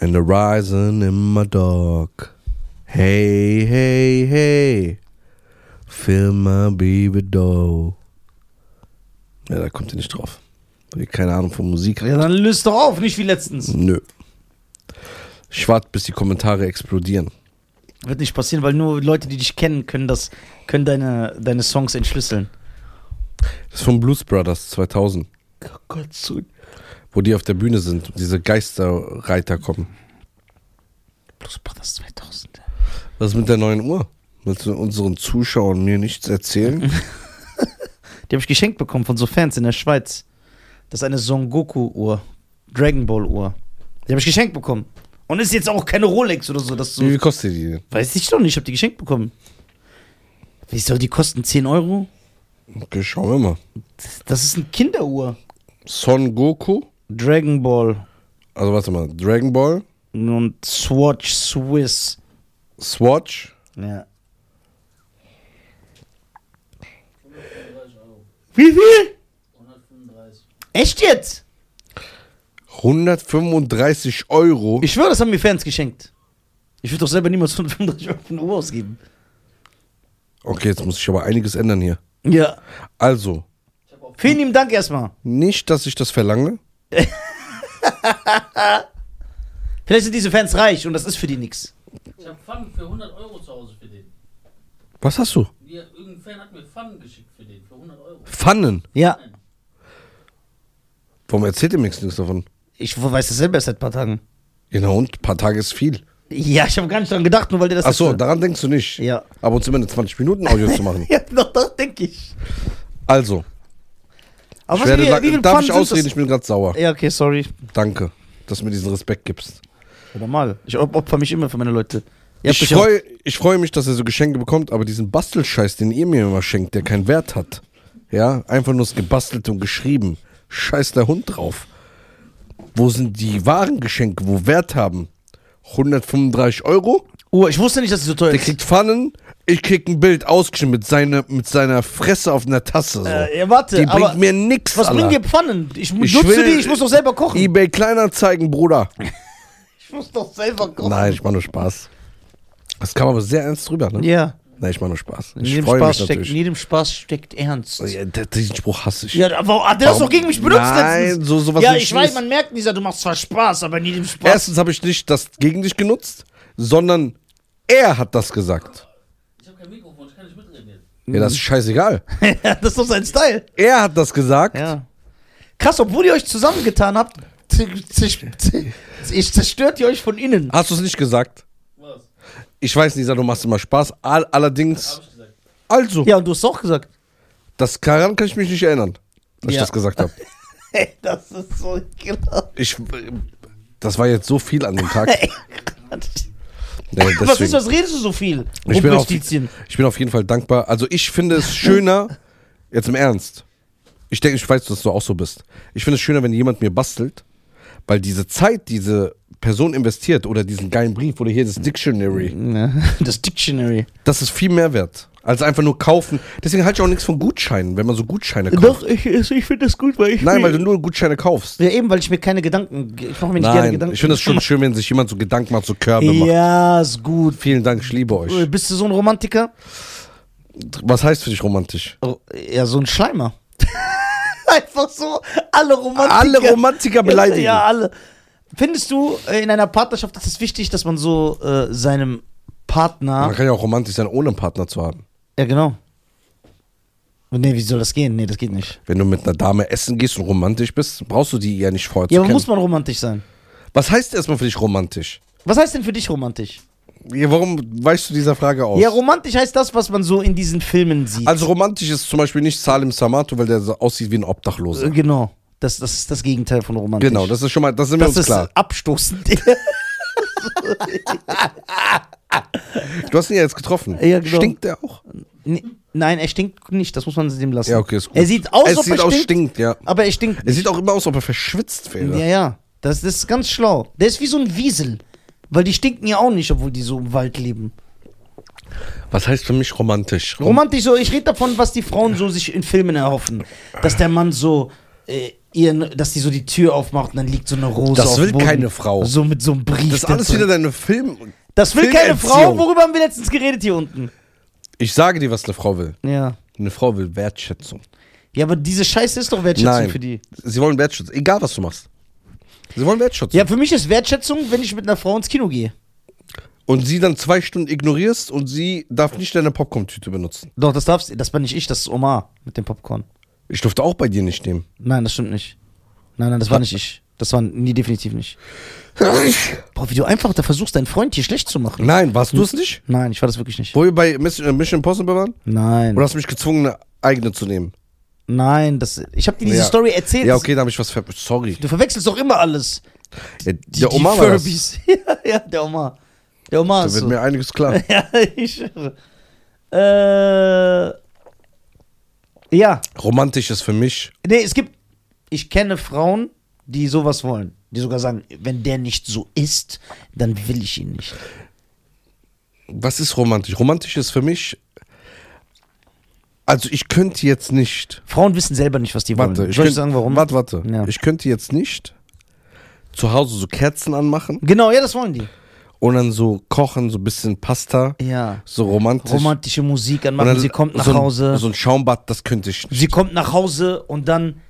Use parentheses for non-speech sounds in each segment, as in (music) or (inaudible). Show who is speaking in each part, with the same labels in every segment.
Speaker 1: and the rising in my dog. Hey, hey, hey, fill my baby dough. Ja, da kommt ihr nicht drauf. Weil ihr keine Ahnung von Musik
Speaker 2: Ja,
Speaker 1: habt.
Speaker 2: dann löst doch auf, nicht wie letztens.
Speaker 1: Nö. Ich warte, bis die Kommentare explodieren.
Speaker 2: Wird nicht passieren, weil nur Leute, die dich kennen, können das, können deine, deine Songs entschlüsseln.
Speaker 1: Das ist von Blues Brothers 2000,
Speaker 2: Oh Gott, so.
Speaker 1: wo die auf der Bühne sind und diese Geisterreiter kommen.
Speaker 2: Plus das 2000.
Speaker 1: Was ist mit der neuen Uhr? Willst du unseren Zuschauern mir nichts erzählen?
Speaker 2: Die habe ich geschenkt bekommen von so Fans in der Schweiz. Das ist eine Son Goku-Uhr. Dragon Ball-Uhr. Die habe ich geschenkt bekommen. Und ist jetzt auch keine Rolex oder so. Das ist
Speaker 1: Wie
Speaker 2: so
Speaker 1: viel kostet die denn?
Speaker 2: weiß ich doch nicht, ich habe die geschenkt bekommen. Wie soll die kosten? 10 Euro?
Speaker 1: Okay, schauen wir mal.
Speaker 2: Das ist eine Kinderuhr.
Speaker 1: Son Goku,
Speaker 2: Dragon Ball
Speaker 1: also warte mal, Dragon Ball,
Speaker 2: und Swatch Swiss.
Speaker 1: Swatch.
Speaker 2: Ja. Wie viel?
Speaker 3: 135.
Speaker 2: Echt jetzt?
Speaker 1: 135 Euro.
Speaker 2: Ich schwöre, das haben mir Fans geschenkt. Ich würde doch selber niemals 35 Euro für eine Uhr ausgeben.
Speaker 1: Okay, jetzt muss ich aber einiges ändern hier.
Speaker 2: Ja.
Speaker 1: Also,
Speaker 2: Vielen lieben Dank erstmal.
Speaker 1: nicht, dass ich das verlange.
Speaker 2: Vielleicht sind diese Fans reich und das ist für die nix.
Speaker 3: Ich habe Pfannen für 100 Euro zu Hause für den.
Speaker 1: Was hast du?
Speaker 3: Wir, irgendein Fan hat mir Pfannen geschickt für den, für 100 Euro.
Speaker 1: Pfannen.
Speaker 2: Ja.
Speaker 1: Warum erzählt ihr mir nichts davon?
Speaker 2: Ich weiß das selber erst seit ein paar Tagen.
Speaker 1: Ja, na und? Ein paar Tage ist viel.
Speaker 2: Ja, ich habe gar nicht dran gedacht, nur weil der das.
Speaker 1: Ach so,
Speaker 2: erzählt.
Speaker 1: daran denkst du nicht.
Speaker 2: Ja.
Speaker 1: Ab und zu mal eine 20-Minuten-Audio zu machen.
Speaker 2: (laughs) Ja, doch, doch, denke ich.
Speaker 1: Also,
Speaker 2: Aber
Speaker 1: ich werde,
Speaker 2: wie-
Speaker 1: lang-
Speaker 2: wie viele
Speaker 1: darf
Speaker 2: Pfannen
Speaker 1: ich
Speaker 2: sind
Speaker 1: ausreden? Ich bin gerade sauer.
Speaker 2: Das? Ja, okay, sorry.
Speaker 1: Danke, dass du mir diesen Respekt gibst.
Speaker 2: Ja, normal. Ich op- opfer mich immer für meine Leute. Ihr habt
Speaker 1: ich
Speaker 2: euch auch-
Speaker 1: freue ich freu mich, dass ihr so Geschenke bekommt, aber diesen Bastelscheiß, den ihr mir immer schenkt, der keinen Wert hat. Ja, einfach nur das Gebastelte und geschrieben. Scheiß der Hund drauf. Wo sind die wahren Geschenke, wo Wert haben? 135 Euro?
Speaker 2: Oh, ich wusste nicht, dass es so teuer
Speaker 1: Der
Speaker 2: ist.
Speaker 1: kriegt Pfannen, ich krieg ein Bild ausgeschnitten mit, seine, mit seiner Fresse auf einer Tasse. So.
Speaker 2: Äh, ja, warte,
Speaker 1: die bringt
Speaker 2: aber
Speaker 1: mir nix.
Speaker 2: Was
Speaker 1: Alter.
Speaker 2: bringen dir Pfannen?
Speaker 1: Ich
Speaker 2: Ich, nutze
Speaker 1: will-
Speaker 2: die, ich muss doch selber kochen.
Speaker 1: Ebay Kleinanzeigen, Bruder.
Speaker 2: (laughs) ich muss doch selber kochen.
Speaker 1: Nein, ich mach nur Spaß. Das kam aber sehr ernst drüber, ne?
Speaker 2: Ja.
Speaker 1: Nein, ich mach nur Spaß.
Speaker 2: In
Speaker 1: Ich
Speaker 2: jedem
Speaker 1: freue
Speaker 2: Spaß,
Speaker 1: mich
Speaker 2: steckt, in
Speaker 1: natürlich. Oh
Speaker 2: jedem Spaß steckt Ernst.
Speaker 1: Ja, d- diesen Spruch hasse ich.
Speaker 2: Ja, aber hat der das
Speaker 1: Warum?
Speaker 2: doch gegen mich benutzt
Speaker 1: Nein,
Speaker 2: letztens?
Speaker 1: so- sowas
Speaker 2: Ja,
Speaker 1: nicht
Speaker 2: ich weiß,
Speaker 1: ist-
Speaker 2: man merkt, Nisa, du machst zwar Spaß, aber nie dem Spaß.
Speaker 1: Erstens habe ich nicht das gegen dich genutzt, sondern er hat das gesagt.
Speaker 3: Ich habe kein Mikrofon, ich kann nicht mitreden jetzt.
Speaker 1: Ja, das ist
Speaker 2: Mhm.
Speaker 1: scheißegal.
Speaker 2: (laughs) Ja, das ist doch sein Style.
Speaker 1: Er hat das gesagt.
Speaker 2: Ja. Krass, obwohl ihr euch zusammengetan habt, z- z- z- ich zerstört ihr euch von innen.
Speaker 1: Hast du es nicht gesagt?
Speaker 3: Was?
Speaker 1: Ich weiß, Nisa, du machst immer Spaß. All allerdings,
Speaker 3: Hab ich gesagt.
Speaker 1: also,
Speaker 2: Ja, und du hast auch (laughs) gesagt.
Speaker 1: das daran kann ich mich nicht erinnern, dass ich
Speaker 2: Ja.
Speaker 1: das gesagt habe.
Speaker 2: Ey, das ist so klar.
Speaker 1: Ich, das war jetzt so viel an dem
Speaker 2: (laughs)
Speaker 1: Tag.
Speaker 2: Ey,
Speaker 1: Nee,
Speaker 2: was ist,
Speaker 1: deswegen.
Speaker 2: was redest du so viel?
Speaker 1: Ich bin, auf,
Speaker 2: Rumpelstilzchen.
Speaker 1: ich bin auf jeden Fall dankbar. Also ich finde es
Speaker 2: (laughs)
Speaker 1: schöner, jetzt im Ernst, ich denke, ich weiß, dass du auch so bist. Ich finde es schöner, wenn jemand mir bastelt, weil diese Zeit, diese Person investiert oder diesen geilen Brief oder hier das Dictionary,
Speaker 2: Das Dictionary.
Speaker 1: das ist viel mehr wert, als einfach nur kaufen. Deswegen halte ich auch nichts von Gutscheinen, wenn man so Gutscheine kauft.
Speaker 2: Doch, ich, ich finde das gut, weil ich.
Speaker 1: Nein, weil du nur Gutscheine kaufst.
Speaker 2: Ja, eben, weil ich mir keine Gedanken. Ich mache mir nicht gerne
Speaker 1: Nein,
Speaker 2: Gedanken.
Speaker 1: ich finde es schon schön, wenn sich jemand so Gedanken macht, so Körbe macht.
Speaker 2: Ja, ist gut.
Speaker 1: Vielen Dank, ich liebe euch.
Speaker 2: Bist du so ein Romantiker?
Speaker 1: Was heißt für dich romantisch?
Speaker 2: Oh, ja, so ein Schleimer. (laughs) Einfach so alle Romantiker.
Speaker 1: Alle Romantiker beleidigen.
Speaker 2: Ja, alle. Findest du, äh, in einer Partnerschaft ist es wichtig, dass man so äh, seinem
Speaker 1: Man
Speaker 2: Partner.
Speaker 1: kann ja auch romantisch sein, ohne einen Partner zu haben.
Speaker 2: Ja, genau. Nee, wie soll das gehen? Nee, das geht nicht.
Speaker 1: Wenn du mit einer Dame essen gehst und romantisch bist, brauchst du die ja nicht vorher
Speaker 2: Ja,
Speaker 1: zu
Speaker 2: aber
Speaker 1: kennen.
Speaker 2: muss man romantisch sein?
Speaker 1: Was heißt erstmal für dich romantisch?
Speaker 2: Was heißt denn für dich romantisch?
Speaker 1: Ja, warum weichst du dieser Frage aus?
Speaker 2: Ja, romantisch heißt das, was man so in diesen Filmen sieht.
Speaker 1: also romantisch ist zum Beispiel nicht Salim Samato, weil der so aussieht wie ein Obdachloser.
Speaker 2: Äh, genau. Das, das ist das Gegenteil von romantisch.
Speaker 1: Also- genau, das ist schon mal, das sind wir
Speaker 2: das
Speaker 1: uns
Speaker 2: ist
Speaker 1: klar. (laughs)
Speaker 2: abstoßend.
Speaker 1: Du hast ihn ja jetzt getroffen.
Speaker 2: Ja, genau.
Speaker 1: Stinkt der auch?
Speaker 2: Nee, Nein, er stinkt nicht, das muss man dem lassen.
Speaker 1: Ja, okay, ist gut.
Speaker 2: Er sieht aus,
Speaker 1: es
Speaker 2: ob
Speaker 1: sieht
Speaker 2: er
Speaker 1: aus,
Speaker 2: stinkt,
Speaker 1: stinkt, ja.
Speaker 2: aber er stinkt.
Speaker 1: Er sieht auch immer aus, ob er verschwitzt wäre.
Speaker 2: Ja, ja, das, das ist ganz schlau. Der ist wie so ein Wiesel, weil die stinken ja auch nicht, obwohl die so im Wald leben.
Speaker 1: Was heißt für mich romantisch? Rom-
Speaker 2: Romantisch so, ich rede davon, was die Frauen so sich in Filmen erhoffen. Dass der Mann so äh, ihren, dass die so die Tür aufmacht und dann liegt so eine Rose
Speaker 1: Das
Speaker 2: auf
Speaker 1: will
Speaker 2: dem Boden.
Speaker 1: keine Frau.
Speaker 2: So mit so einem Brief.
Speaker 1: Das ist alles
Speaker 2: da
Speaker 1: wieder
Speaker 2: drin.
Speaker 1: deine Film.
Speaker 2: Das will keine Frau.
Speaker 1: Filmerziehung.
Speaker 2: Worüber haben wir letztens geredet hier unten?
Speaker 1: Ich sage dir, was eine Frau will.
Speaker 2: Ja.
Speaker 1: Eine Frau will Wertschätzung.
Speaker 2: Ja, aber diese Scheiße ist doch Wertschätzung
Speaker 1: Nein.
Speaker 2: für die.
Speaker 1: Sie wollen Wertschätzung. Egal, was du machst. Sie wollen Wertschätzung.
Speaker 2: Ja, für mich ist Wertschätzung, wenn ich mit einer Frau ins Kino gehe.
Speaker 1: Und sie dann zwei Stunden ignorierst und sie darf nicht deine Popcorn-Tüte benutzen.
Speaker 2: Doch, das darfst Das bin nicht ich, das ist Omar mit dem Popcorn.
Speaker 1: Ich durfte auch bei dir nicht
Speaker 2: (laughs)
Speaker 1: nehmen.
Speaker 2: Nein, das stimmt nicht. Nein, nein, das war nicht ich. Das war nie definitiv nicht. Boah, wie du einfach da versuchst, deinen Freund hier schlecht zu machen.
Speaker 1: Nein, warst du es nicht?
Speaker 2: Nein, ich war das wirklich nicht.
Speaker 1: Wo wir bei Mission äh, Mission Impossible waren?
Speaker 2: Mhm. Nein.
Speaker 1: Oder hast du mich gezwungen, eine eigene zu nehmen?
Speaker 2: Nein, das, ich habe dir diese
Speaker 1: Ja.
Speaker 2: Story erzählt.
Speaker 1: Ja, okay, da habe ich was ver... Sorry.
Speaker 2: Du verwechselst doch immer alles.
Speaker 1: Ja, der Oma war das.
Speaker 2: Furbies. (laughs) Ja, ja, der Oma. Der Oma
Speaker 1: Da
Speaker 2: ist
Speaker 1: wird
Speaker 2: so.
Speaker 1: mir einiges klar.
Speaker 2: (laughs) Ja, ich schwöre. Äh, ja,
Speaker 1: Romantisch ist für mich...
Speaker 2: nee, es gibt. Ich kenne Frauen, die sowas wollen. Die sogar sagen, wenn der nicht so ist, dann will ich ihn nicht.
Speaker 1: Was ist romantisch? Romantisch ist für mich... Also ich könnte jetzt nicht...
Speaker 2: Frauen wissen selber nicht, was die wollen.
Speaker 1: Warte, ich
Speaker 2: Soll ich
Speaker 1: könnt-
Speaker 2: sagen, warum?
Speaker 1: Warte, warte.
Speaker 2: Ja.
Speaker 1: Ich könnte jetzt nicht zu Hause so Kerzen anmachen
Speaker 2: Genau, ja, das wollen die.
Speaker 1: und dann so kochen, so ein bisschen Pasta,
Speaker 2: Ja.
Speaker 1: so romantisch.
Speaker 2: Romantische Musik
Speaker 1: und
Speaker 2: anmachen,
Speaker 1: dann
Speaker 2: sie kommt nach
Speaker 1: so ein,
Speaker 2: Hause.
Speaker 1: So ein Schaumbad, das könnte ich nicht.
Speaker 2: Sie kommt nach Hause und dann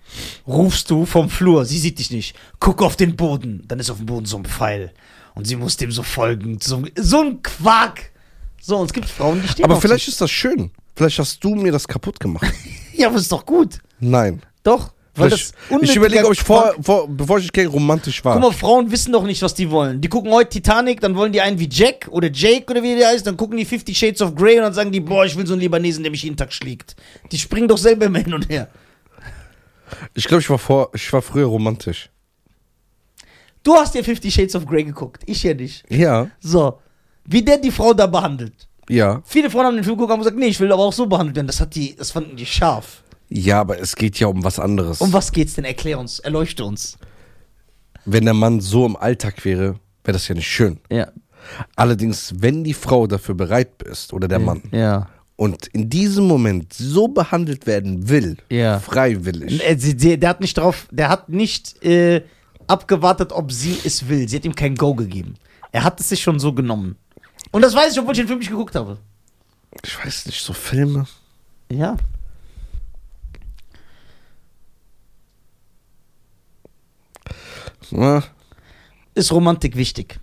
Speaker 2: rufst du vom Flur. Sie sieht dich nicht. Guck auf den Boden. Dann ist auf dem Boden so ein Pfeil. Und sie muss dem so folgen. So, so ein Quark. So, und es gibt Frauen, die stehen
Speaker 1: Aber
Speaker 2: auf
Speaker 1: vielleicht ist das schön. Vielleicht hast du mir das kaputt gemacht.
Speaker 2: (laughs) so. Ja, aber ist doch gut.
Speaker 1: Nein.
Speaker 2: Doch. Weil
Speaker 1: Vielleicht-
Speaker 2: das unnötiger
Speaker 1: ich überlege, ob ich vor,
Speaker 2: Quark-
Speaker 1: vor, bevor ich gehe, romantisch war.
Speaker 2: Guck mal, Frauen wissen doch nicht, was die wollen. Die gucken heute Titanic, dann wollen die einen wie Jack oder Jake oder wie der heißt, dann gucken die Fifty Shades of Grey und dann sagen die, boah, ich will so einen Libanesen, der mich jeden Tag schlägt. Die springen doch selber immer hin und her.
Speaker 1: Ich glaube, ich war vor, ich war früher romantisch.
Speaker 2: Du hast ja Fifty Shades of Grey geguckt, ich ja nicht.
Speaker 1: Ja,
Speaker 2: So, wie der die Frau da behandelt.
Speaker 1: ja,
Speaker 2: Viele Frauen haben den Film geguckt und haben gesagt, nee, ich will aber auch so behandelt werden. Das, hat die, das fanden die scharf.
Speaker 1: ja, aber es geht ja um was anderes.
Speaker 2: Um was geht's denn? Erklär uns, erleuchte uns.
Speaker 1: Wenn der Mann so im Alltag wäre, wäre das ja nicht schön.
Speaker 2: Ja.
Speaker 1: Allerdings, wenn die Frau dafür bereit ist oder der Mann
Speaker 2: Ja.
Speaker 1: und in diesem Moment so behandelt werden will,
Speaker 2: Ja.
Speaker 1: freiwillig,
Speaker 2: Äh, Der hat nicht drauf, der hat nicht äh, abgewartet, ob sie es will. Sie hat ihm kein Go gegeben. Er hat es sich schon so genommen. Und das weiß ich, obwohl ich den Film nicht geguckt habe.
Speaker 1: ich weiß nicht, so Filme.
Speaker 2: Ja.
Speaker 1: Na,
Speaker 2: Ist Romantik wichtig?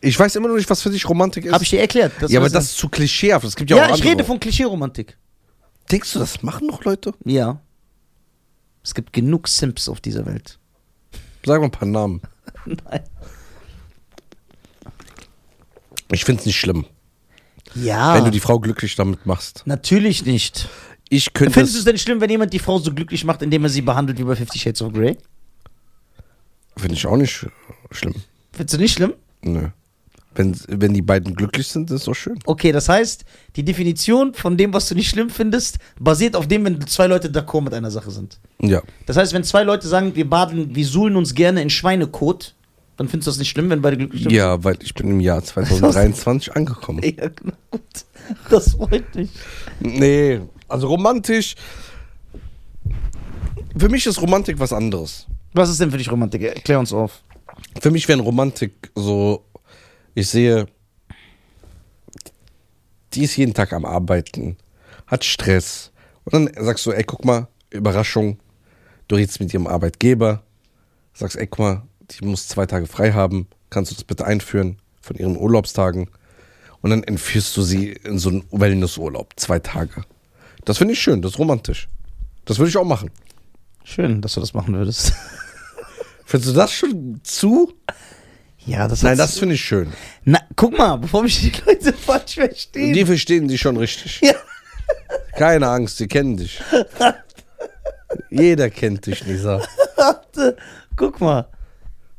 Speaker 1: Ich weiß immer noch nicht, was für dich Romantik ist.
Speaker 2: Habe ich dir erklärt.
Speaker 1: ja, aber
Speaker 2: weiß
Speaker 1: das ist zu klischeehaft. Es gibt ja,
Speaker 2: Ja,
Speaker 1: auch
Speaker 2: ich
Speaker 1: andere.
Speaker 2: rede von Klischee-Romantik.
Speaker 1: Denkst du, das machen noch Leute?
Speaker 2: Ja. Es gibt genug Simps auf dieser Welt.
Speaker 1: Sag mal ein paar Namen.
Speaker 2: Nein.
Speaker 1: Ich finde es nicht schlimm,
Speaker 2: Ja.
Speaker 1: wenn du die Frau glücklich damit machst.
Speaker 2: Natürlich nicht.
Speaker 1: Ich könnte
Speaker 2: Findest du
Speaker 1: es.
Speaker 2: es denn schlimm, wenn jemand die Frau so glücklich macht, indem er sie behandelt wie bei Fifty Shades of Grey?
Speaker 1: Finde ich auch nicht schlimm.
Speaker 2: Findest du nicht schlimm?
Speaker 1: Nö. Wenn, wenn die beiden glücklich sind, ist doch schön.
Speaker 2: Okay, das heißt, die Definition von dem, was du nicht schlimm findest, basiert auf dem, wenn zwei Leute d'accord mit einer Sache sind.
Speaker 1: Ja.
Speaker 2: Das heißt, wenn zwei Leute sagen, wir baden, wir suhlen uns gerne in Schweinekot, dann findest du das nicht schlimm, wenn beide glücklich sind?
Speaker 1: Ja, weil ich bin im Jahr 2023 (laughs) angekommen.
Speaker 2: Ja, genau. Gut. Das freut mich.
Speaker 1: Nee, also romantisch. Für mich ist Romantik was anderes.
Speaker 2: Was ist denn für dich Romantik? Erklär uns auf.
Speaker 1: Für mich wäre Romantik so, ich sehe, die ist jeden Tag am Arbeiten, hat Stress. Und dann sagst du, ey, guck mal, Überraschung, du redest mit ihrem Arbeitgeber, sagst, ey, guck mal, die muss zwei Tage frei haben, kannst du das bitte einführen von ihren Urlaubstagen? Und dann entführst du sie in so einen Wellnessurlaub, zwei Tage. Das finde ich schön, das ist romantisch. Das würde ich auch machen.
Speaker 2: Schön, dass du das machen würdest.
Speaker 1: Findest du das schon zu?
Speaker 2: Ja, das
Speaker 1: Nein,
Speaker 2: hat's-
Speaker 1: das finde ich schön.
Speaker 2: Na, guck mal, bevor mich die Leute falsch verstehen.
Speaker 1: Die verstehen dich schon richtig.
Speaker 2: Ja.
Speaker 1: Keine Angst, die kennen dich. Jeder kennt dich, Lisa.
Speaker 2: Warte, guck mal.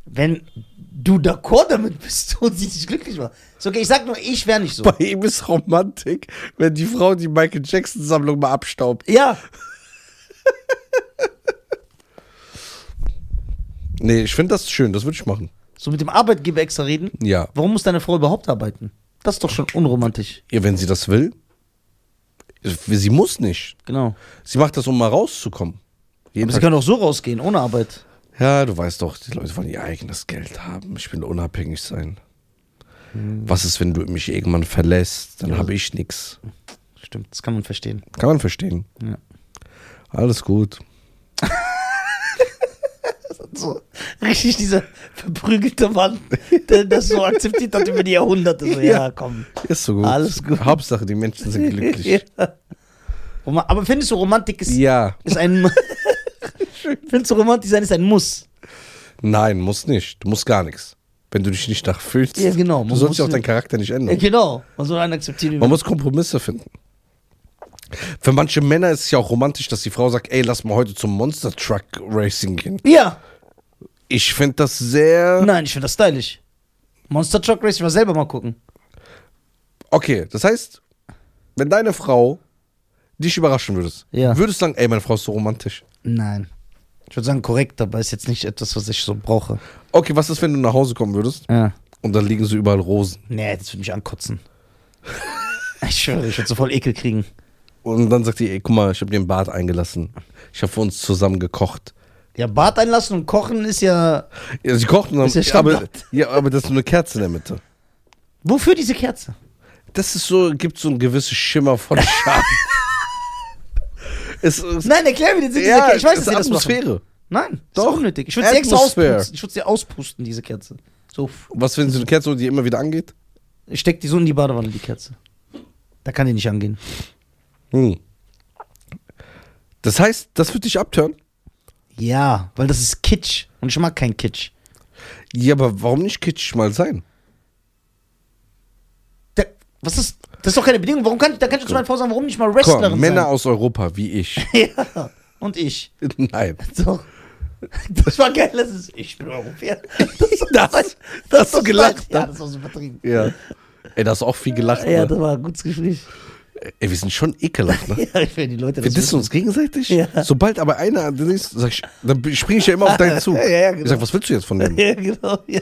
Speaker 2: Wenn du d'accord damit bist und sie dich glücklich macht. Ist okay, ich sag nur, ich wäre nicht
Speaker 1: (laughs)
Speaker 2: so.
Speaker 1: Bei ihm ist Romantik, wenn die Frau die Michael Jackson-Sammlung mal abstaubt.
Speaker 2: Ja,
Speaker 1: Nee, ich finde das schön, das würde ich machen.
Speaker 2: so mit dem Arbeitgeber extra reden.
Speaker 1: Ja.
Speaker 2: Warum muss deine Frau überhaupt arbeiten? Das ist doch schon unromantisch.
Speaker 1: ja, wenn sie das will. Sie muss nicht.
Speaker 2: Genau.
Speaker 1: Sie macht das, um mal rauszukommen. Jeden
Speaker 2: Aber sie
Speaker 1: Tag.
Speaker 2: können auch so rausgehen, ohne Arbeit.
Speaker 1: Ja, du weißt doch, die Leute wollen ihr eigenes Geld haben. Ich will unabhängig sein. Was ist, wenn du mich irgendwann verlässt? Dann habe ich nichts.
Speaker 2: Stimmt, das kann man verstehen.
Speaker 1: Kann man verstehen.
Speaker 2: Ja.
Speaker 1: Alles gut.
Speaker 2: So, richtig dieser verprügelte Mann, der das so akzeptiert hat über die Jahrhunderte. So, ja,
Speaker 1: Ja.
Speaker 2: komm.
Speaker 1: Ist so gut.
Speaker 2: Alles gut.
Speaker 1: Hauptsache, die Menschen sind
Speaker 2: (laughs)
Speaker 1: glücklich.
Speaker 2: Ja. Roma- Aber findest du, Romantik ist,
Speaker 1: ja.
Speaker 2: ist ein. findest du, Romantik sein ist ein Muss?
Speaker 1: Nein, muss nicht. Du musst gar nichts. Wenn du dich nicht nachfühlst.
Speaker 2: Ja, genau.
Speaker 1: Du
Speaker 2: Man muss
Speaker 1: sollst ja auch
Speaker 2: ja-
Speaker 1: deinen Charakter nicht ändern.
Speaker 2: Ja, genau. Man soll einen akzeptieren. wie
Speaker 1: Man muss Kompromisse finden. Für manche Männer ist es ja auch romantisch, dass die Frau sagt, ey, lass mal heute zum Monster Truck Racing gehen.
Speaker 2: Ja,
Speaker 1: Ich finde das sehr...
Speaker 2: nein, ich finde das stylisch. Monster Truck Race, ich will selber mal gucken.
Speaker 1: Okay, das heißt, wenn deine Frau dich überraschen würdest,
Speaker 2: Ja.
Speaker 1: würdest du sagen, ey, meine Frau ist so romantisch.
Speaker 2: Nein. Ich würde sagen, korrekt, aber ist jetzt nicht etwas, was ich so brauche.
Speaker 1: Okay, was ist, wenn du nach Hause kommen würdest
Speaker 2: Ja.
Speaker 1: und dann liegen so überall Rosen
Speaker 2: Nee, das würde mich ankotzen. (laughs) ich schwöre, ich würde so voll Ekel kriegen.
Speaker 1: und dann sagt die, ey, guck mal, ich habe dir einen Bart eingelassen. Ich habe für uns zusammen gekocht.
Speaker 2: Ja, Bad einlassen und kochen ist ja.
Speaker 1: Ja, sie kocht und dann,
Speaker 2: Ist ja
Speaker 1: aber,
Speaker 2: Standard.
Speaker 1: ja, aber das ist nur eine Kerze in der Mitte.
Speaker 2: Wofür diese Kerze?
Speaker 1: Das ist so, gibt so einen gewissen Schimmer
Speaker 2: (laughs)
Speaker 1: von Scham. es, es,
Speaker 2: Nein, erklär mir den Sinn dieser
Speaker 1: ja,
Speaker 2: Kerze. Ich weiß,
Speaker 1: es
Speaker 2: dass
Speaker 1: ist
Speaker 2: ihr das machen.
Speaker 1: Atmosphäre.
Speaker 2: Nein,
Speaker 1: Doch.
Speaker 2: ist unnötig. Ich würde sie extra
Speaker 1: Atmosphäre.
Speaker 2: auspusten. Ich würde sie auspusten, diese Kerze. So, pff.
Speaker 1: Was, wenn so eine Kerze, die immer wieder angeht?
Speaker 2: ich steck die so in die Badewanne, die Kerze. Da kann die nicht angehen.
Speaker 1: Hm. Das heißt, das wird dich abtören?
Speaker 2: Ja, weil das ist Kitsch. Und ich mag keinen Kitsch.
Speaker 1: Ja, aber warum nicht kitschig mal sein?
Speaker 2: Da, was ist. Das ist doch keine Bedingung. Warum kann, da kann ich zu meiner Frau sagen, warum nicht mal
Speaker 1: Komm,
Speaker 2: Wrestlerin
Speaker 1: Männer aus Europa wie
Speaker 2: (laughs)
Speaker 1: ich.
Speaker 2: sein? Ja. Und ich.
Speaker 1: Nein.
Speaker 2: So. Das war geil, das ist. Ich bin Europäer.
Speaker 1: Das-
Speaker 2: (laughs) das
Speaker 1: hast du gelacht,
Speaker 2: Ja,
Speaker 1: ne?
Speaker 2: das war so übertrieben.
Speaker 1: Ja. Ey, da hast du auch viel gelacht.
Speaker 2: Ja,
Speaker 1: ne?
Speaker 2: das war ein gutes Gespräch.
Speaker 1: Ey, wir sind schon ekelhaft, ne?
Speaker 2: (laughs) Ja, ich will die Leute
Speaker 1: Wir dissen uns gegenseitig.
Speaker 2: Ja.
Speaker 1: Sobald aber einer an den nächsten, sag ich, dann springe ich ja immer auf deinen Zug.
Speaker 2: (laughs) Ja, ja, genau.
Speaker 1: Ich sag, was willst du jetzt von dem?
Speaker 2: (laughs) Ja, genau. Ja.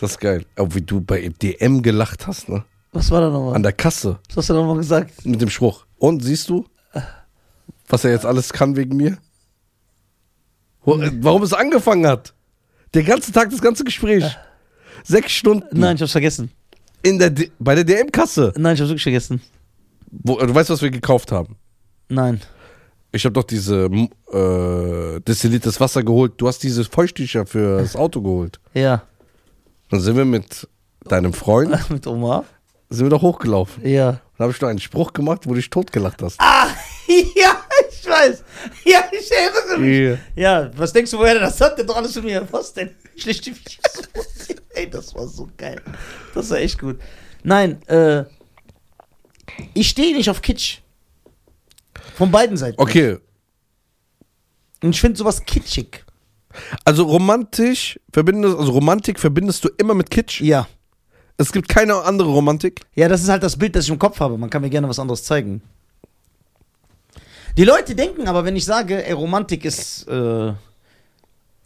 Speaker 1: Das ist geil. Aber wie du bei DM gelacht hast, ne?
Speaker 2: Was war da nochmal?
Speaker 1: An der Kasse
Speaker 2: Was hast du nochmal gesagt?
Speaker 1: mit dem Spruch. Und siehst du, was er jetzt alles kann wegen mir? Wo- äh, Warum es angefangen hat? Der ganze Tag, das ganze Gespräch. Sechs Stunden
Speaker 2: Nein, ich hab's vergessen.
Speaker 1: In der D bei der DM-Kasse.
Speaker 2: Nein, ich hab's wirklich vergessen.
Speaker 1: Wo- äh, Du weißt, was wir gekauft haben.
Speaker 2: Nein.
Speaker 1: Ich habe doch diese m- äh, destilliertes Wasser geholt. Du hast diese Feuchttücher für das Auto geholt. (laughs)
Speaker 2: Ja.
Speaker 1: Dann sind wir mit deinem Freund
Speaker 2: Mit Oma?
Speaker 1: sind wir doch hochgelaufen.
Speaker 2: Ja.
Speaker 1: Dann habe ich noch einen Spruch gemacht, wo du dich totgelacht hast.
Speaker 2: Ah, (laughs) ja, ich weiß. Ja, ich erinnere mich.
Speaker 1: Yeah.
Speaker 2: Ja, was denkst du, woher der das hat? Der hat doch alles von mir. Was denn? (laughs) Schlecht die Ey, das war so geil. Das war echt gut. Nein, äh, ich stehe nicht auf Kitsch. Von beiden Seiten.
Speaker 1: Okay,
Speaker 2: Und ich finde sowas kitschig.
Speaker 1: also romantisch verbindest, also Romantik verbindest du immer mit Kitsch.
Speaker 2: Ja.
Speaker 1: Es gibt keine andere Romantik.
Speaker 2: Ja, das ist halt das Bild, das ich im Kopf habe. Man kann mir gerne was anderes zeigen. Die Leute denken aber, wenn ich sage, ey, Romantik ist äh,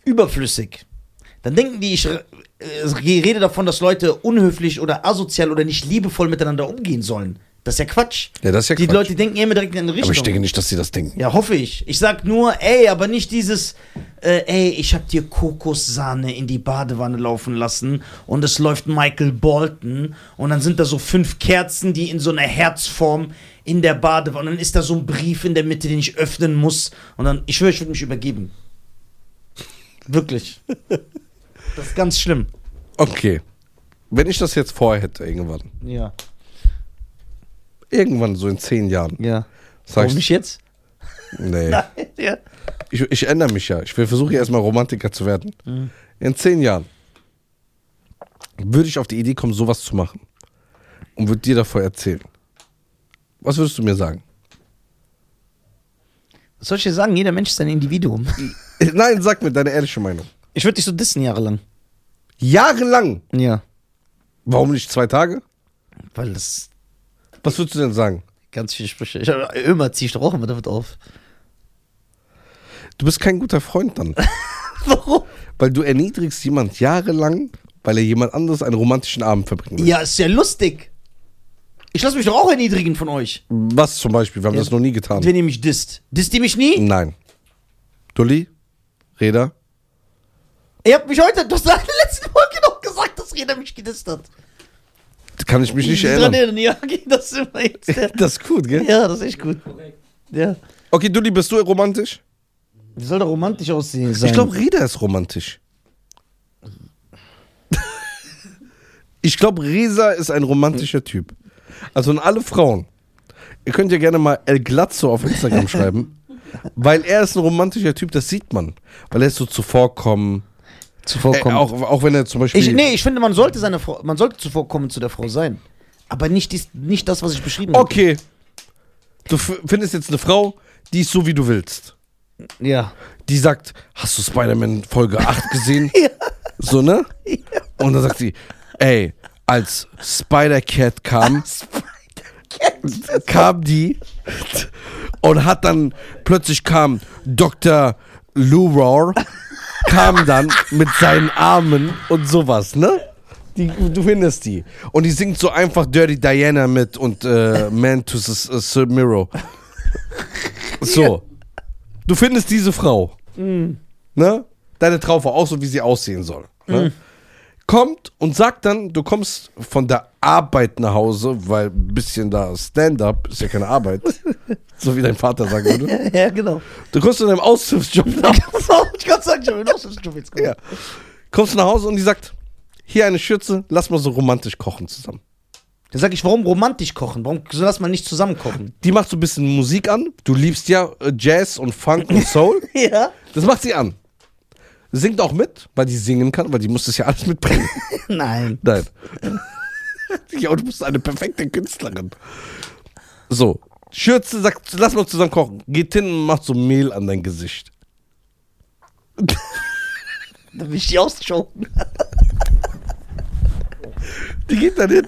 Speaker 2: überflüssig, dann denken die, ich re- äh, rede davon, dass Leute unhöflich oder asozial oder nicht liebevoll miteinander umgehen sollen. Das ist ja Quatsch.
Speaker 1: Ja, das ist ja
Speaker 2: die
Speaker 1: Quatsch.
Speaker 2: Leute denken immer direkt in eine Richtung.
Speaker 1: Aber ich denke nicht, dass sie das denken.
Speaker 2: Ja, hoffe ich. Ich sag nur, ey, aber nicht dieses, äh, ey, ich hab dir Kokossahne in die Badewanne laufen lassen und es läuft Michael Bolton und dann sind da so fünf Kerzen, die in so einer Herzform in der Badewanne, und dann ist da so ein Brief in der Mitte, den ich öffnen muss und dann, ich schwöre, ich würde mich übergeben. Wirklich. Das ist ganz schlimm.
Speaker 1: Okay. Wenn ich das jetzt vorher hätte, irgendwann.
Speaker 2: Ja.
Speaker 1: Irgendwann, so in zehn Jahren.
Speaker 2: Ja.
Speaker 1: Sag
Speaker 2: Warum
Speaker 1: ich,
Speaker 2: nicht jetzt? (laughs)
Speaker 1: nee. (laughs)
Speaker 2: ja.
Speaker 1: Ich, ich ändere mich ja. Ich will versuche ja erstmal Romantiker zu werden.
Speaker 2: Mhm.
Speaker 1: In zehn Jahren würde ich auf die Idee kommen, sowas zu machen. Und würde dir davon erzählen. Was würdest du mir sagen?
Speaker 2: Was soll ich dir sagen? Jeder Mensch ist ein Individuum.
Speaker 1: Nein, sag mir deine ehrliche Meinung.
Speaker 2: Ich würde dich so dissen jahrelang.
Speaker 1: Jahrelang.
Speaker 2: Ja.
Speaker 1: Warum nicht zwei Tage?
Speaker 2: Weil das
Speaker 1: Was würdest du denn sagen?
Speaker 2: Ganz viele Sprüche. Ich hab, immer ziehe ich doch auch immer
Speaker 1: (laughs)
Speaker 2: damit auf.
Speaker 1: Du bist kein guter Freund
Speaker 2: (laughs)
Speaker 1: dann.
Speaker 2: Warum?
Speaker 1: weil du erniedrigst jemand jahrelang, weil er jemand anderes einen romantischen Abend verbringen will.
Speaker 2: Ja, ist ja lustig. Ich lasse mich doch auch erniedrigen von euch.
Speaker 1: Was zum Beispiel? Wir haben
Speaker 2: Ja.
Speaker 1: das noch nie getan.
Speaker 2: Wenn ihr mich disst. Disst ihr mich nie?
Speaker 1: Nein. Dulli, Reda,
Speaker 2: Ihr habt mich heute, du hast (laughs) in der letzten Folge noch gesagt, dass Reda mich gedisst hat.
Speaker 1: kann ich mich nicht
Speaker 2: Dran
Speaker 1: erinnern.
Speaker 2: erinnern. Ja, okay, das ist immer jetzt
Speaker 1: (laughs)
Speaker 2: der. (laughs)
Speaker 1: Das ist gut, gell?
Speaker 2: Ja, das ist echt gut.
Speaker 3: Korrekt.
Speaker 2: Ja.
Speaker 1: Okay, Dulli, bist du romantisch?
Speaker 2: Wie soll der romantisch aussehen sein?
Speaker 1: Ich glaube, Reda ist romantisch. ich glaube, Reza ist ein romantischer Typ. Also an alle Frauen. Ihr könnt ja gerne mal El Glazzo auf Instagram schreiben. Weil er ist ein romantischer Typ, das sieht man. Weil er ist so zuvorkommen. Äh,
Speaker 2: zuvorkommen.
Speaker 1: auch, auch wenn er zum Beispiel.
Speaker 2: ich, nee, ich finde, man sollte seine Frau, man sollte zuvorkommen zu der Frau sein. Aber nicht, dies, nicht das, was ich beschrieben habe.
Speaker 1: okay. Du f- findest jetzt eine Frau, die ist so, wie du willst.
Speaker 2: Ja. (laughs)
Speaker 1: Die sagt, hast du Spider-Man Folge 8 gesehen?
Speaker 2: Ja.
Speaker 1: So, ne? Und dann sagt sie, ey, als Spider-Cat kam, kam die und hat dann plötzlich kam Dr. Lurar, kam dann mit seinen Armen und sowas, ne? Die, du findest die. Und die singt so einfach Dirty Diana mit und äh, Man to the, the Mirror. So. Du findest diese Frau. Ne? Deine Traufe, auch so wie sie aussehen soll. Ne? Kommt und sagt dann, du kommst von der Arbeit nach Hause, weil ein bisschen da Stand-up ist ja keine Arbeit. so wie dein Vater sagen würde.
Speaker 2: Ja, genau. (laughs)
Speaker 1: Du kommst von deinem Aushilfsjob nach
Speaker 2: ich kann sagen, ich habe noch so jetzt gemacht.
Speaker 1: ja. Kommst nach Hause und die sagt, hier eine Schürze, lass mal so romantisch kochen zusammen.
Speaker 2: Dann sage ich, warum romantisch kochen? Warum soll das mal nicht zusammen kochen?
Speaker 1: Die macht so ein bisschen Musik an. Du liebst ja äh, Jazz und Funk und Soul.
Speaker 2: (laughs) Ja.
Speaker 1: Das macht sie an. Singt auch mit, weil die singen kann, weil die muss das ja alles mitbringen.
Speaker 2: Nein.
Speaker 1: Nein. (laughs) ja, du bist eine perfekte Künstlerin. So. Schürze sagt, lass mal zusammen kochen. Geht hin und macht so Mehl an dein Gesicht.
Speaker 2: Dann will ich die ausgeschoben.
Speaker 1: Die geht dann hin,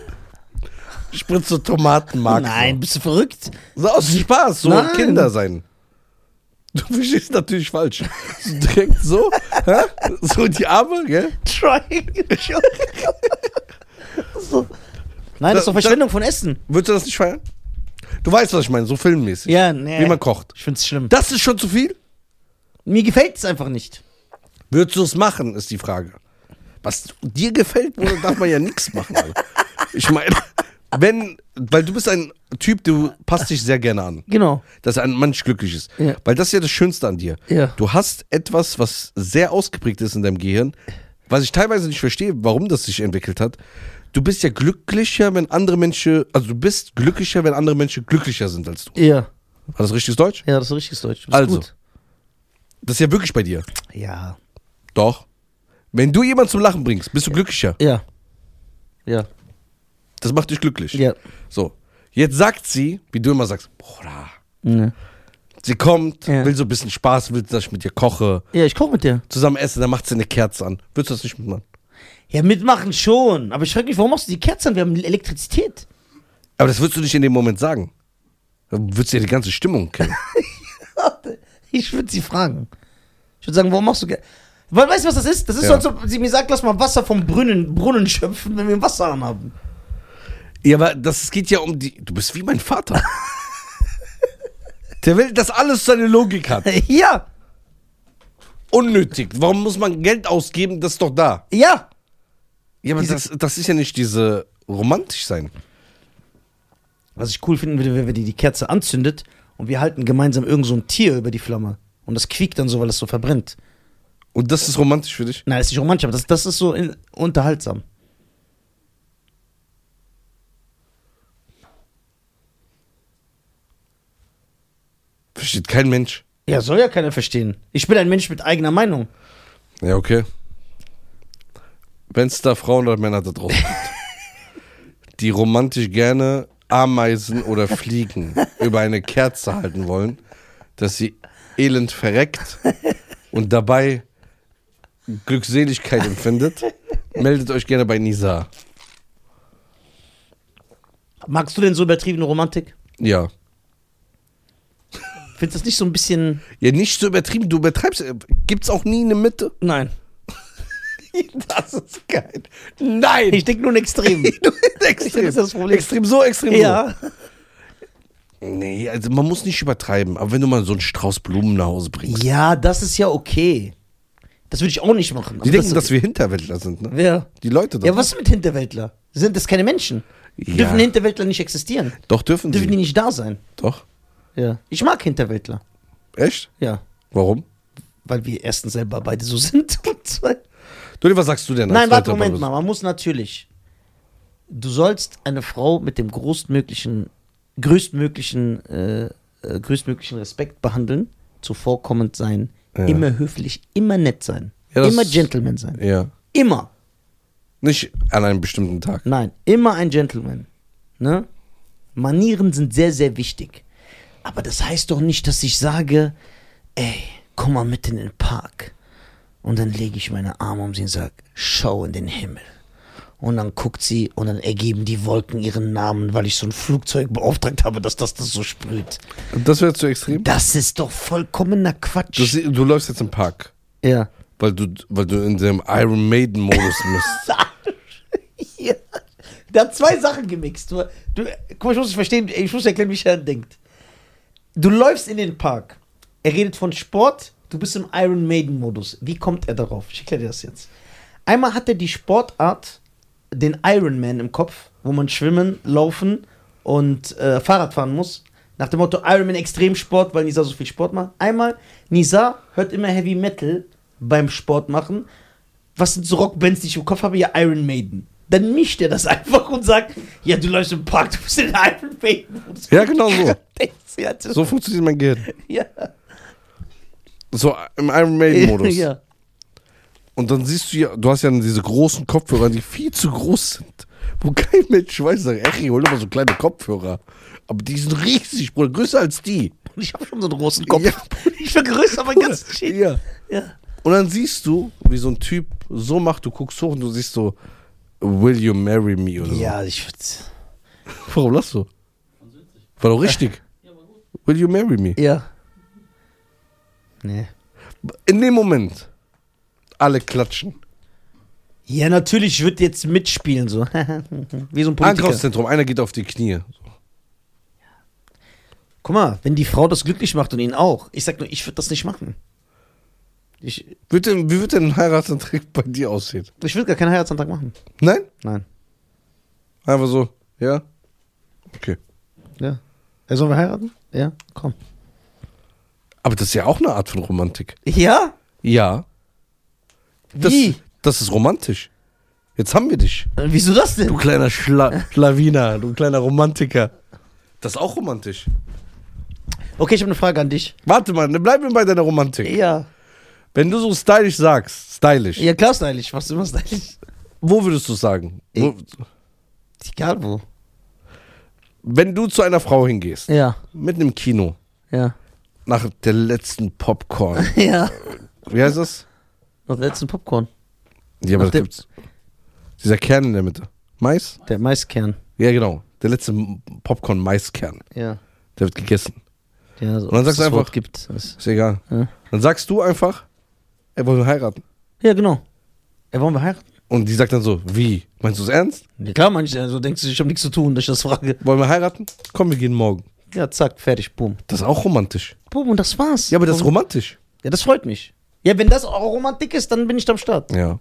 Speaker 1: spritzt so Tomatenmark.
Speaker 2: Nein, bist du verrückt?
Speaker 1: So aus Spaß, so
Speaker 2: Nein.
Speaker 1: Kinder sein. Du verstehst natürlich falsch. So direkt so, hä? so die Arme, gell?
Speaker 2: Trying. (laughs) so. Nein, das
Speaker 1: Da-
Speaker 2: ist doch
Speaker 1: da-
Speaker 2: Verschwendung von Essen.
Speaker 1: Würdest du das nicht feiern? Du weißt, was ich meine, so filmmäßig.
Speaker 2: Ja, nee.
Speaker 1: Wie man kocht.
Speaker 2: Ich find's schlimm.
Speaker 1: Das ist schon zu viel?
Speaker 2: Mir gefällt es einfach nicht.
Speaker 1: Würdest du es machen, ist die Frage. Was dir gefällt, Bruder, darf man ja nichts machen. Alter. Ich meine, wenn, weil du bist ein Typ, du passt dich sehr gerne an.
Speaker 2: Genau.
Speaker 1: Dass ein Mensch glücklich ist.
Speaker 2: Ja.
Speaker 1: Weil das ist ja das Schönste an dir.
Speaker 2: Ja.
Speaker 1: Du hast etwas, was sehr ausgeprägt ist in deinem Gehirn, was ich teilweise nicht verstehe, warum das sich entwickelt hat. Du bist ja glücklicher, wenn andere Menschen, also du bist glücklicher, wenn andere Menschen glücklicher sind als du.
Speaker 2: Ja.
Speaker 1: War das richtiges Deutsch?
Speaker 2: Ja, das ist richtig Deutsch. Du bist
Speaker 1: Also.
Speaker 2: Gut.
Speaker 1: Das ist ja wirklich bei dir.
Speaker 2: Ja.
Speaker 1: Doch. Wenn du jemanden zum Lachen bringst, bist du glücklicher.
Speaker 2: Ja. Ja.
Speaker 1: Das macht dich glücklich.
Speaker 2: Ja.
Speaker 1: So, jetzt sagt sie, wie du immer sagst, Bruder.
Speaker 2: Ja,
Speaker 1: Sie kommt,
Speaker 2: Ja.
Speaker 1: will so ein bisschen Spaß, will, dass ich mit dir koche,
Speaker 2: ja ich koche mit dir.
Speaker 1: zusammen essen, dann macht sie eine Kerze an. Würdest du das nicht mitmachen?
Speaker 2: Ja, mitmachen schon. Aber ich frage mich, warum machst du die Kerzen? an? Wir haben Elektrizität.
Speaker 1: Aber das würdest du nicht in dem Moment sagen. Dann würdest du ja die ganze Stimmung (laughs) kennen.
Speaker 2: Ich würde sie fragen. Ich würde sagen, warum machst du Kerzen? Weil, weißt du, was das ist? Das ist
Speaker 1: Ja.
Speaker 2: so, als ob sie mir sagt, lass mal Wasser vom Brunnen, Brunnen schöpfen, wenn wir einen Wasserhahn haben. (laughs)
Speaker 1: ja, aber das geht ja um die. Du bist wie mein (laughs) Vater. Der will, dass alles seine Logik hat.
Speaker 2: Ja,
Speaker 1: Unnötig. Warum muss man Geld ausgeben? Das ist doch da.
Speaker 2: ja.
Speaker 1: Ja, aber das, das ist ja nicht diese romantisch sein.
Speaker 2: Was ich cool finden würde, wäre, wenn die die Kerze anzündet und wir halten gemeinsam irgend so ein Tier über die Flamme. Und das quiekt dann so, weil es so verbrennt.
Speaker 1: Und das ist romantisch für dich?
Speaker 2: Nein, das ist nicht romantisch, aber das, das ist so in, unterhaltsam.
Speaker 1: Versteht kein Mensch.
Speaker 2: Ja, soll ja keiner verstehen. Ich bin ein Mensch mit eigener Meinung.
Speaker 1: Ja, okay. Wenn es da Frauen oder Männer da draußen gibt, (laughs) die romantisch gerne Ameisen oder (laughs) Fliegen über eine Kerze halten wollen, dass sie elend verreckt und dabei Glückseligkeit empfindet, meldet euch gerne bei Nisa.
Speaker 2: Magst du denn so übertriebene Romantik?
Speaker 1: Ja.
Speaker 2: Findest du das nicht so ein bisschen.
Speaker 1: Ja, nicht so übertrieben, du übertreibst. äh, Gibt's auch nie eine Mitte?
Speaker 2: Nein.
Speaker 1: (laughs) Das ist geil. Nein! (laughs)
Speaker 2: (laughs) Ich denke nur in Extremen.
Speaker 1: du extrem.
Speaker 2: Das ist das Problem.
Speaker 1: Extrem so, extrem so.
Speaker 2: ja.
Speaker 1: Nee, also man muss nicht übertreiben. Aber wenn du mal so einen Strauß Blumen nach Hause bringst.
Speaker 2: Ja, das ist ja okay. Das würde ich auch nicht machen.
Speaker 1: Die denken, dass wir Hinterwäldler sind, ne?
Speaker 2: Wer?
Speaker 1: Die Leute da.
Speaker 2: Ja, was mit Hinterwäldler? Sind das keine Menschen?
Speaker 1: Ja.
Speaker 2: Dürfen Hinterwäldler nicht existieren?
Speaker 1: Doch dürfen
Speaker 2: Dürfen die
Speaker 1: sie.
Speaker 2: nicht da sein?
Speaker 1: Doch.
Speaker 2: Ja. Ich mag Hinterwäldler.
Speaker 1: Echt?
Speaker 2: Ja.
Speaker 1: Warum?
Speaker 2: Weil wir erstens selber beide so (laughs) sind und zweitens.
Speaker 1: Dudi, was sagst du denn? als
Speaker 2: Nein, warte,
Speaker 1: Leute-
Speaker 2: Moment mal. Man muss natürlich. Du sollst eine Frau mit dem großmöglichen, größtmöglichen, äh, äh, größtmöglichen Respekt behandeln, zuvorkommend sein,
Speaker 1: Ja.
Speaker 2: immer höflich, immer nett sein,
Speaker 1: Ja, das-
Speaker 2: immer Gentleman sein.
Speaker 1: Ja.
Speaker 2: Immer.
Speaker 1: Nicht an einem bestimmten Tag.
Speaker 2: Nein, immer ein Gentleman. Ne? Manieren sind sehr, sehr wichtig. Aber das heißt doch nicht, dass ich sage, ey, komm mal mit in den Park. Und dann lege ich meine Arme um sie und sage, schau in den Himmel. Und dann guckt sie und dann ergeben die Wolken ihren Namen, weil ich so ein Flugzeug beauftragt habe, dass das, das so sprüht.
Speaker 1: Das wäre zu extrem.
Speaker 2: Das ist doch vollkommener
Speaker 1: Du,
Speaker 2: Quatsch.
Speaker 1: sie- du läufst jetzt im Park,
Speaker 2: ja.
Speaker 1: weil du, weil du in dem Iron
Speaker 2: (laughs)
Speaker 1: Maiden-Modus bist.
Speaker 2: Ja. Der hat zwei Sachen gemixt. Du, du, guck mal, ich muss dich verstehen, ich muss erklären, wie Sharon denkt. Du läufst in den Park. Er redet von Sport, du bist im Iron Maiden-Modus. Wie kommt er darauf? Ich erkläre dir das jetzt. Einmal hat er die Sportart, den Iron Man im Kopf, wo man schwimmen, laufen und äh, Fahrrad fahren muss. Nach dem Motto Iron Man Extremsport, weil Nisa so viel Sport macht. Einmal, Nisa hört immer Heavy Metal beim Sport machen was sind so Rockbands, die ich im Kopf habe? Ja, Iron Maiden. Dann mischt er das (laughs) einfach und sagt, ja, du läufst im Park, du bist in Iron Maiden. Und das-
Speaker 1: Ja, genau so.
Speaker 2: ja, (laughs) das-
Speaker 1: So funktioniert mein Gehirn.
Speaker 2: (laughs) ja.
Speaker 1: So im Iron Maiden-Modus.
Speaker 2: Ja.
Speaker 1: Und dann siehst du ja, du hast ja dann diese großen Kopfhörer, die viel zu groß sind. Wo kein Mensch weiß, sag, ey, hol doch mal so kleine Kopfhörer. Aber die sind riesig, Bruder, größer als die.
Speaker 2: Und ich habe schon so einen großen Kopf.
Speaker 1: Ja.
Speaker 2: Ich vergrößere mein ganzes Shit.
Speaker 1: Ja.
Speaker 2: Ja.
Speaker 1: Und dann siehst du, wie so ein Typ so macht, du guckst hoch und du siehst so, will you marry me oder
Speaker 2: ja, ich würde.
Speaker 1: so. Warum lachst du?
Speaker 3: Ganz witzig.
Speaker 1: War doch richtig.
Speaker 3: Ja, aber gut.
Speaker 1: Will you marry me?
Speaker 2: Ja. Nee.
Speaker 1: In dem Moment, alle klatschen.
Speaker 2: Ja, natürlich, ich würde jetzt mitspielen, so. (laughs) Wie so ein Politiker.
Speaker 1: Einkaufszentrum, einer geht auf die Knie.
Speaker 2: Guck mal, wenn die Frau das glücklich macht und ihn auch. Ich sag nur, ich würde das nicht machen. Ich,
Speaker 1: Wird denn, wie wird denn ein Heiratsantrag (laughs) bei dir aussehen?
Speaker 2: ich würde gar keinen Heiratsantrag machen.
Speaker 1: Nein?
Speaker 2: Nein.
Speaker 1: Einfach so, ja? Okay.
Speaker 2: Ja. Äh, Sollen wir heiraten? Ja, komm.
Speaker 1: Aber das ist ja auch eine Art von Romantik.
Speaker 2: Ja?
Speaker 1: Ja. Das,
Speaker 2: Wie?
Speaker 1: das ist romantisch. Jetzt haben wir dich.
Speaker 2: Äh, Wieso das
Speaker 1: Du
Speaker 2: denn?
Speaker 1: kleiner Schla Schlawiner, du kleiner Romantiker. Das ist auch romantisch.
Speaker 2: Okay, ich habe eine Frage an dich.
Speaker 1: Warte mal, ne, bleib mir bei deiner Romantik.
Speaker 2: Ja.
Speaker 1: Wenn du so stylisch sagst, stylisch,
Speaker 2: Ja, klar, stylisch. Machst du immer stylisch?
Speaker 1: wo würdest du sagen? Wo,
Speaker 2: Egal wo.
Speaker 1: wenn du zu einer Frau hingehst,
Speaker 2: Ja,
Speaker 1: mitten im Kino,
Speaker 2: ja. (laughs)
Speaker 1: nach der letzten Popcorn.
Speaker 2: Ja.
Speaker 1: Wie heißt das?
Speaker 2: Noch letzten Popcorn.
Speaker 1: Ja, aber
Speaker 2: Nach
Speaker 1: das gibt's. Dieser Kern in der Mitte. Mais?
Speaker 2: Der Maiskern.
Speaker 1: Ja, genau. Der letzte M- Popcorn-Maiskern.
Speaker 2: Ja.
Speaker 1: Der wird gegessen.
Speaker 2: Ja, so,
Speaker 1: Und dann
Speaker 2: ob's
Speaker 1: sagst
Speaker 2: das
Speaker 1: du
Speaker 2: Wort
Speaker 1: einfach-
Speaker 2: Gibt. Das-
Speaker 1: Ist egal.
Speaker 2: Ja.
Speaker 1: Dann sagst du einfach, ey, wollen wir heiraten?
Speaker 2: ja, genau. Ja, wollen wir heiraten?
Speaker 1: Und die sagt dann so, wie? Meinst du es ernst?
Speaker 2: Ja, klar, manche. Also denkst du, ich habe nichts zu tun, dass ich das frage.
Speaker 1: Wollen wir heiraten? Komm, wir gehen morgen.
Speaker 2: Ja, zack, fertig, boom.
Speaker 1: Das ist auch romantisch.
Speaker 2: Boom, und das war's.
Speaker 1: Ja, aber das ist romantisch.
Speaker 2: Ja, das freut mich. Ja, wenn das auch Romantik ist, dann bin ich am Start.
Speaker 1: Ja.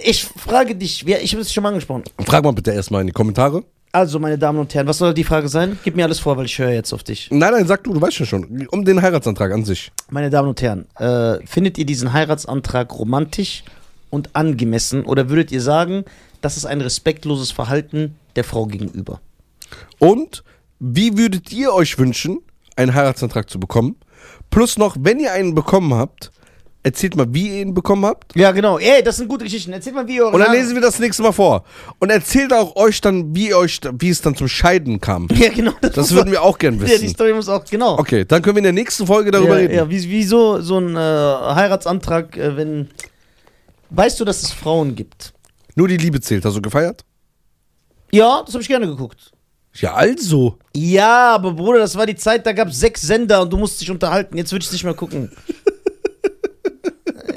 Speaker 2: Ich frage dich, ja, ich habe es schon mal angesprochen.
Speaker 1: Frag mal bitte erstmal in die Kommentare.
Speaker 2: Also, meine Damen und Herren, was soll die Frage sein? Gib mir alles vor, weil ich höre jetzt auf dich.
Speaker 1: Nein, nein, sag du, du weißt ja schon. Um den Heiratsantrag an sich.
Speaker 2: Meine Damen und Herren, äh, findet ihr diesen Heiratsantrag romantisch und angemessen oder würdet ihr sagen, das ist ein respektloses Verhalten der Frau gegenüber?
Speaker 1: Und wie würdet ihr euch wünschen, einen Heiratsantrag zu bekommen? Plus noch, wenn ihr einen bekommen habt, erzählt mal, wie ihr ihn bekommen habt.
Speaker 2: Ja, genau. Ey, das sind gute Geschichten. Erzählt mal, wie ihr eure
Speaker 1: Und dann
Speaker 2: Haare-
Speaker 1: lesen wir das nächste Mal vor. Und erzählt auch euch dann, wie, ihr euch, wie es dann zum Scheiden kam.
Speaker 2: (laughs) Ja, genau.
Speaker 1: Das
Speaker 2: muss
Speaker 1: würden
Speaker 2: auch-
Speaker 1: wir auch gern
Speaker 2: Ja, die
Speaker 1: wissen.
Speaker 2: Story muss auch, genau.
Speaker 1: Okay, dann können wir in der nächsten Folge darüber
Speaker 2: ja,
Speaker 1: reden.
Speaker 2: ja, wie, wieso so ein äh, Heiratsantrag, äh, wenn. Weißt du, dass es Frauen gibt?
Speaker 1: Nur die Liebe zählt. Hast du gefeiert?
Speaker 2: Ja, das habe ich gerne geguckt.
Speaker 1: Ja, also.
Speaker 2: Ja, aber Bruder, das war die Zeit, da gab es sechs Sender und du musst dich unterhalten. Jetzt würde ich nicht
Speaker 1: (laughs)
Speaker 2: mehr gucken.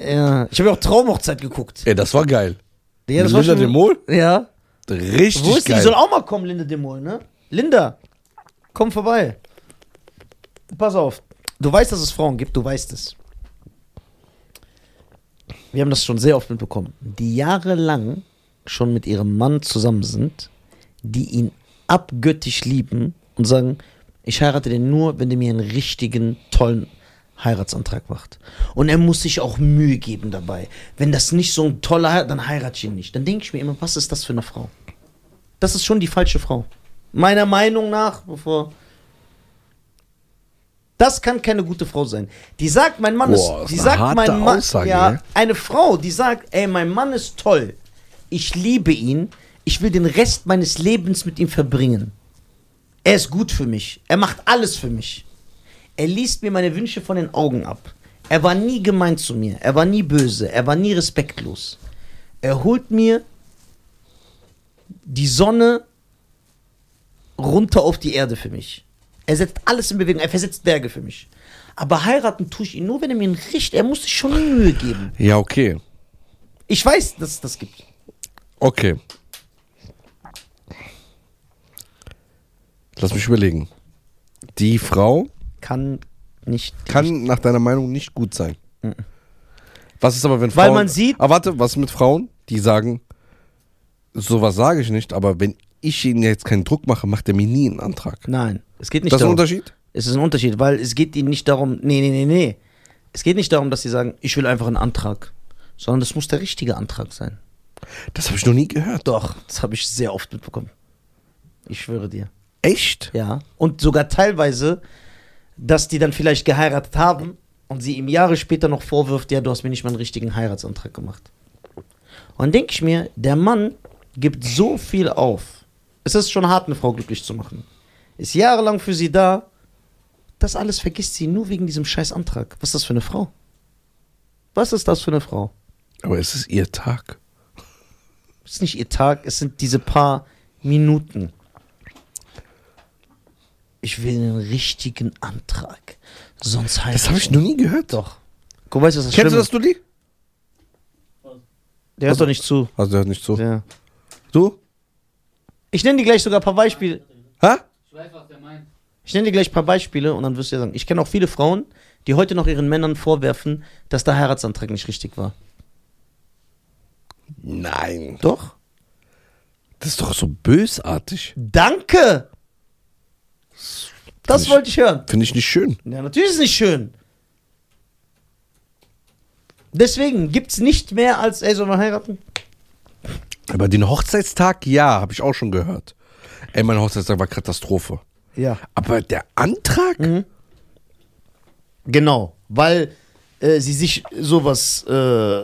Speaker 2: ja, ich habe ja auch Traumhochzeit geguckt.
Speaker 1: Ey, das war geil.
Speaker 2: Ja,
Speaker 1: Mit Linda de Mol?
Speaker 2: Ja.
Speaker 1: Richtig
Speaker 2: Wo ist die? Die
Speaker 1: geil.
Speaker 2: soll auch mal kommen, Linda de Mol, ne? Linda. komm vorbei. Pass auf. Du weißt, dass es Frauen gibt, du weißt es. Wir haben das schon sehr oft mitbekommen. Die jahrelang schon mit ihrem Mann zusammen sind, die ihn abgöttisch lieben und sagen, ich heirate den nur, wenn der mir einen richtigen, tollen Heiratsantrag macht. Und er muss sich auch Mühe geben dabei. Wenn das nicht so ein toller, Heirat- dann heirate ich ihn nicht. Dann denke ich mir immer, was ist das für eine Frau? Das ist schon die falsche Frau. Meiner Meinung nach, bevor. Das kann keine gute Frau sein. Die sagt, mein Mann
Speaker 1: Boah, ist
Speaker 2: ist. Die
Speaker 1: eine
Speaker 2: sagt,
Speaker 1: harte
Speaker 2: mein Mann.
Speaker 1: Aussage,
Speaker 2: ja,
Speaker 1: ne?
Speaker 2: eine Frau, die sagt, ey, mein Mann ist toll. Ich liebe ihn. Ich will den Rest meines Lebens mit ihm verbringen. Er ist gut für mich. Er macht alles für mich. Er liest mir meine Wünsche von den Augen ab. Er war nie gemein zu mir. Er war nie böse. Er war nie respektlos. Er holt mir die Sonne runter auf die Erde für mich. Er setzt alles in Bewegung. Er versetzt Berge für mich. Aber heiraten tue ich ihn nur, wenn er mir einen Richt. Er muss sich schon Mühe geben.
Speaker 1: Ja, okay.
Speaker 2: Ich weiß, dass es das gibt.
Speaker 1: Okay. Lass mich überlegen. Die Frau
Speaker 2: Kann nicht.
Speaker 1: kann nach deiner Meinung nicht gut sein. Was ist aber, wenn Frauen.
Speaker 2: Weil man sieht-
Speaker 1: Aber warte, was mit Frauen, die sagen, sowas sage ich nicht, aber wenn ich ihnen jetzt keinen Druck mache, macht er mir nie einen Antrag.
Speaker 2: Nein, es geht nicht
Speaker 1: das ist ein
Speaker 2: darum.
Speaker 1: Unterschied?
Speaker 2: Es ist ein Unterschied, weil es geht ihnen nicht darum, nee, nee, nee, nee. Es geht nicht darum, dass sie sagen, ich will einfach einen Antrag, sondern das muss der richtige Antrag sein.
Speaker 1: Das habe ich noch nie gehört.
Speaker 2: Doch, das habe ich sehr oft mitbekommen. Ich schwöre dir.
Speaker 1: Echt?
Speaker 2: Ja. Und sogar teilweise, dass die dann vielleicht geheiratet haben und sie ihm Jahre später noch vorwirft, ja, du hast mir nicht mal einen richtigen Heiratsantrag gemacht. Und dann denke ich mir, der Mann gibt so viel auf. Es ist schon hart, eine Frau glücklich zu machen. Ist jahrelang für sie da. Das alles vergisst sie nur wegen diesem scheiß Antrag. Was ist das für eine Frau? Was ist das für eine Frau?
Speaker 1: Aber es ist ihr Tag.
Speaker 2: Es ist nicht ihr Tag, es sind diese paar Minuten. Ich will einen richtigen Antrag. Sonst heißt
Speaker 1: Das habe ich noch nie gehört.
Speaker 2: doch. Guck, weißt du, was das
Speaker 1: Kennst du
Speaker 2: Schlimme
Speaker 1: das, Dulli?
Speaker 2: Der hört doch nicht zu.
Speaker 1: Also, der hört nicht zu.
Speaker 2: Ja.
Speaker 1: Du?
Speaker 2: Ich nenne dir gleich sogar ein paar Beispiele.
Speaker 1: Hä?
Speaker 3: Ich weiß, was der meint.
Speaker 2: Ich nenne dir gleich ein paar Beispiele und dann wirst du ja sagen. Ich kenne auch viele Frauen, die heute noch ihren Männern vorwerfen, dass der Heiratsantrag nicht richtig war.
Speaker 1: Nein.
Speaker 2: Doch?
Speaker 1: Das ist doch so bösartig.
Speaker 2: Danke! Das
Speaker 1: Ich-
Speaker 2: wollte ich hören.
Speaker 1: Finde ich nicht schön.
Speaker 2: Ja, natürlich ist es nicht schön. Deswegen gibt's nicht mehr als, ey, sollen wir heiraten?
Speaker 1: Aber den Hochzeitstag, ja, habe ich auch schon gehört. Ey, mein Hochzeitstag war Katastrophe.
Speaker 2: Ja.
Speaker 1: Aber der Antrag?
Speaker 2: Mhm. Genau, weil äh, sie sich sowas äh,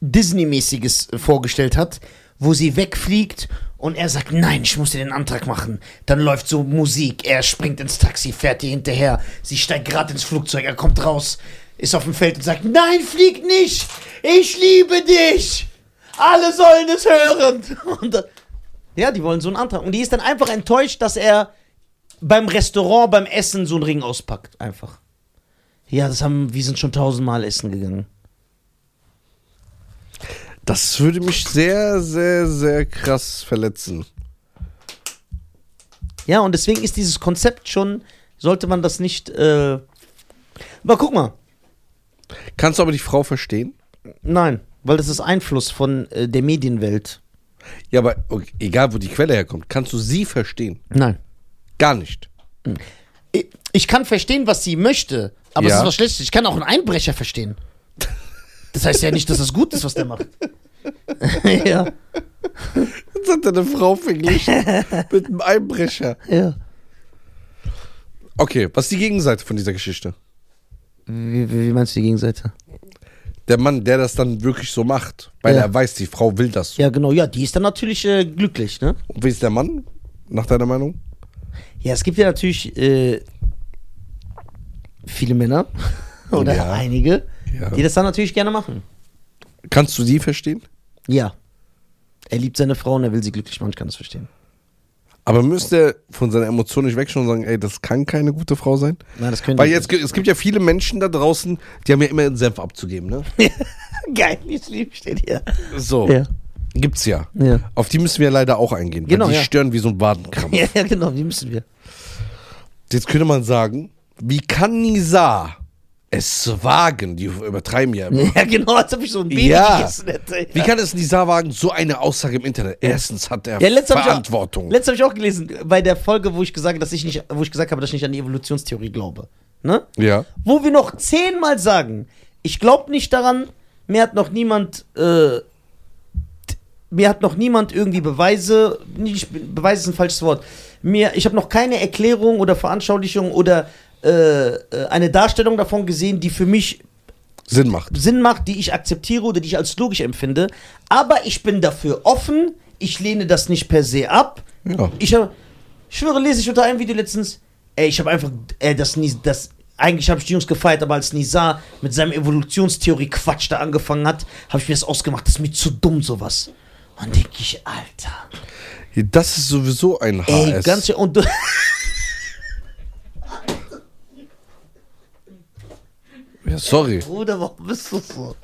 Speaker 2: Disney-mäßiges vorgestellt hat, wo sie wegfliegt und er sagt, nein, ich muss dir den Antrag machen. Dann läuft so Musik, er springt ins Taxi, fährt ihr hinterher, sie steigt gerade ins Flugzeug, er kommt raus, ist auf dem Feld und sagt, nein, flieg nicht, ich liebe dich, alle sollen es hören. (laughs) Und dann, ja, die wollen so einen Antrag. Und die ist dann einfach enttäuscht, dass er beim Restaurant, beim Essen so einen Ring auspackt, einfach. Ja, das haben, wir sind schon tausendmal essen gegangen.
Speaker 1: Das würde mich sehr, sehr, sehr krass verletzen.
Speaker 2: Ja, und deswegen ist dieses Konzept schon, sollte man das nicht, äh, aber guck mal,
Speaker 1: Kannst du aber die Frau verstehen?
Speaker 2: nein, weil das ist Einfluss von äh, der Medienwelt.
Speaker 1: Ja, aber okay, egal, wo die Quelle herkommt, kannst du sie verstehen?
Speaker 2: Nein.
Speaker 1: Gar nicht.
Speaker 2: Ich, ich kann verstehen, was sie möchte, aber
Speaker 1: Ja.
Speaker 2: es ist was Schlechtes. Ich kann auch einen Einbrecher verstehen. Das heißt ja nicht, dass das gut ist, was der macht. (laughs) ja,
Speaker 1: Jetzt hat er eine Frau
Speaker 2: (laughs)
Speaker 1: verglichen mit einem Einbrecher.
Speaker 2: ja.
Speaker 1: Okay, was ist die Gegenseite von dieser Geschichte?
Speaker 2: Wie, wie, wie meinst du die Gegenseite?
Speaker 1: Der Mann, der das dann wirklich so macht, weil
Speaker 2: Ja.
Speaker 1: er weiß, die Frau will das so.
Speaker 2: Ja, genau, ja, die ist dann natürlich äh, glücklich, ne?
Speaker 1: Und wie ist der Mann, nach deiner Meinung?
Speaker 2: Ja, es gibt ja natürlich äh, viele Männer (laughs) oder
Speaker 1: Ja.
Speaker 2: einige,
Speaker 1: Ja.
Speaker 2: die das dann natürlich gerne machen.
Speaker 1: Kannst du sie verstehen?
Speaker 2: Ja. Er liebt seine Frau und er will sie glücklich machen, ich kann das verstehen.
Speaker 1: Aber müsste er von seiner Emotion nicht wegschauen und sagen, ey, das kann keine gute Frau sein?
Speaker 2: Nein, das könnte
Speaker 1: Weil
Speaker 2: ich
Speaker 1: jetzt, es gibt ja viele Menschen da draußen, die haben ja immer ihren Senf abzugeben,
Speaker 2: (laughs)
Speaker 1: ne?
Speaker 2: Geil, ich liebe steht hier.
Speaker 1: So.
Speaker 2: Ja.
Speaker 1: Gibt's ja.
Speaker 2: Ja.
Speaker 1: Auf die müssen wir leider auch eingehen,
Speaker 2: Genau,
Speaker 1: weil die
Speaker 2: ja.
Speaker 1: stören wie so ein Wadenkrampf.
Speaker 2: Ja, ja, genau, die müssen wir.
Speaker 1: Jetzt könnte man sagen, wie kann Nisa es wagen? Die übertreiben ja immer.
Speaker 2: Ja, genau, als ob ich so ein Baby
Speaker 1: Ja.
Speaker 2: gegessen hätte.
Speaker 1: Wie kann es Nisa wagen, so eine Aussage im Internet? Erstens hat er
Speaker 2: Ja, letztes habe ich, auch-
Speaker 1: Verantwortung.
Speaker 2: letztes hab ich auch gelesen, bei der Folge, wo ich gesagt, dass ich nicht, wo ich gesagt habe, dass ich nicht an die Evolutionstheorie glaube. Ne?
Speaker 1: Ja.
Speaker 2: Wo wir noch zehnmal sagen, ich glaube nicht daran, mir hat noch niemand, äh, t- mir hat noch niemand irgendwie Beweise, nicht, Beweise ist ein falsches Wort, mir, ich habe noch keine Erklärung oder Veranschaulichung oder äh, äh, eine Darstellung davon gesehen, die für mich
Speaker 1: Sinn macht.
Speaker 2: Sinn macht, die ich akzeptiere oder die ich als logisch empfinde. Aber ich bin dafür offen. Ich lehne das nicht per se ab.
Speaker 1: Ja.
Speaker 2: Ich hab, ich schwöre, lese ich unter einem Video letztens. Ey, ich habe einfach, ey, das nie, das. Eigentlich habe ich die Jungs gefeiert, aber als Nizar mit seinem Evolutionstheorie-Quatsch da angefangen hat, habe ich mir das ausgemacht. Das ist mir zu dumm, sowas. Und denke ich, Alter.
Speaker 1: Das ist sowieso ein
Speaker 2: Ey,
Speaker 1: HS.
Speaker 2: ganz schön. Und du. (laughs)
Speaker 1: ja, sorry.
Speaker 2: Bruder, warum bist du so?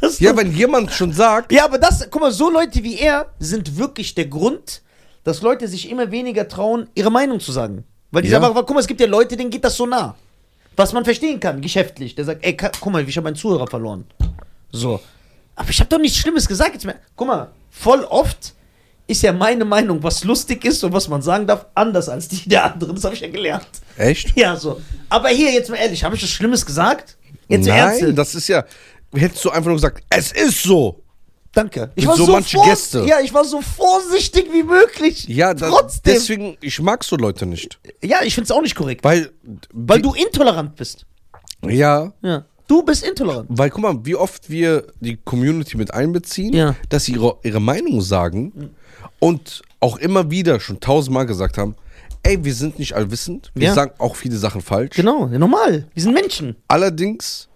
Speaker 2: Das ist
Speaker 1: Ja, wenn jemand schon sagt,
Speaker 2: Ja, aber das, guck mal, so Leute wie er sind wirklich der Grund, dass Leute sich immer weniger trauen, ihre Meinung zu sagen. Weil die
Speaker 1: Ja.
Speaker 2: sagen, guck mal, es gibt ja Leute, denen geht das so nah. Was man verstehen kann, geschäftlich. Der sagt, ey, ka- guck mal, ich habe meinen Zuhörer verloren. So. Aber ich habe doch nichts Schlimmes gesagt. Jetzt mehr. Guck mal, voll oft ist ja meine Meinung, was lustig ist und was man sagen darf, anders als die der anderen. Das habe ich ja gelernt.
Speaker 1: echt?
Speaker 2: Ja, so. Aber hier, jetzt mal ehrlich, habe ich was Schlimmes gesagt? Jetzt
Speaker 1: Nein,
Speaker 2: ernsthaft?
Speaker 1: das ist ja. Hättest du einfach nur gesagt, es ist so.
Speaker 2: Danke. Ich
Speaker 1: Mit
Speaker 2: war
Speaker 1: so
Speaker 2: so,
Speaker 1: manche
Speaker 2: vorsi-
Speaker 1: Gäste.
Speaker 2: Ja, ich war so vorsichtig wie möglich.
Speaker 1: Ja, da,
Speaker 2: trotzdem.
Speaker 1: deswegen, ich mag so Leute nicht.
Speaker 2: ja, ich find's auch nicht korrekt,
Speaker 1: Weil.
Speaker 2: weil du intolerant bist.
Speaker 1: Ja.
Speaker 2: Ja. Du bist intolerant.
Speaker 1: Weil, guck mal, wie oft wir die Community mit einbeziehen,
Speaker 2: Ja.
Speaker 1: dass sie ihre, ihre Meinung sagen und auch immer wieder schon tausendmal gesagt haben, ey, wir sind nicht allwissend, wir
Speaker 2: Ja.
Speaker 1: sagen auch viele Sachen falsch.
Speaker 2: Genau, ja, normal. Wir sind Menschen.
Speaker 1: Allerdings,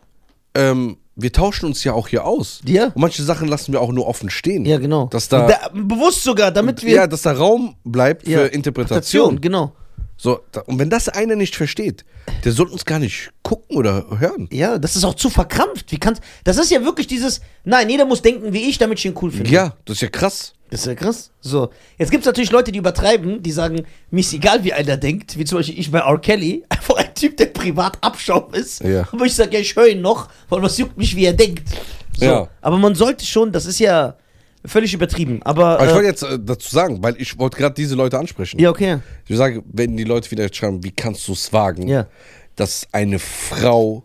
Speaker 1: ähm, wir tauschen uns ja auch hier aus.
Speaker 2: Ja.
Speaker 1: Und manche Sachen lassen wir auch nur offen stehen.
Speaker 2: Ja, genau.
Speaker 1: Dass da,
Speaker 2: Und da- bewusst sogar, damit wir
Speaker 1: ja, dass da Raum bleibt
Speaker 2: Ja.
Speaker 1: für Interpretation.
Speaker 2: Genau.
Speaker 1: So, da, und wenn das einer nicht versteht, der soll uns gar nicht gucken oder hören.
Speaker 2: Ja, das ist auch zu verkrampft. Wie kannst Das ist ja wirklich dieses nein, jeder muss denken wie ich, damit ich ihn cool finde.
Speaker 1: Ja, das ist ja krass.
Speaker 2: Das ist ja krass. So, jetzt gibt es natürlich Leute, die übertreiben, die sagen, mir ist egal, wie einer denkt, wie zum Beispiel ich bei R. Kelly, (laughs) einfach ein Typ, der privat Abschaum ist.
Speaker 1: Ja.
Speaker 2: Aber ich sage, ja, ich höre ihn noch, weil was juckt mich, wie er denkt. So.
Speaker 1: Ja.
Speaker 2: Aber man sollte schon, das ist ja völlig übertrieben. Aber,
Speaker 1: Aber ich wollte
Speaker 2: äh,
Speaker 1: jetzt äh, dazu sagen, weil ich wollte gerade diese Leute ansprechen.
Speaker 2: ja, okay.
Speaker 1: Ich sage, wenn die Leute wieder schreiben, wie kannst du es wagen,
Speaker 2: Ja.
Speaker 1: dass eine Frau,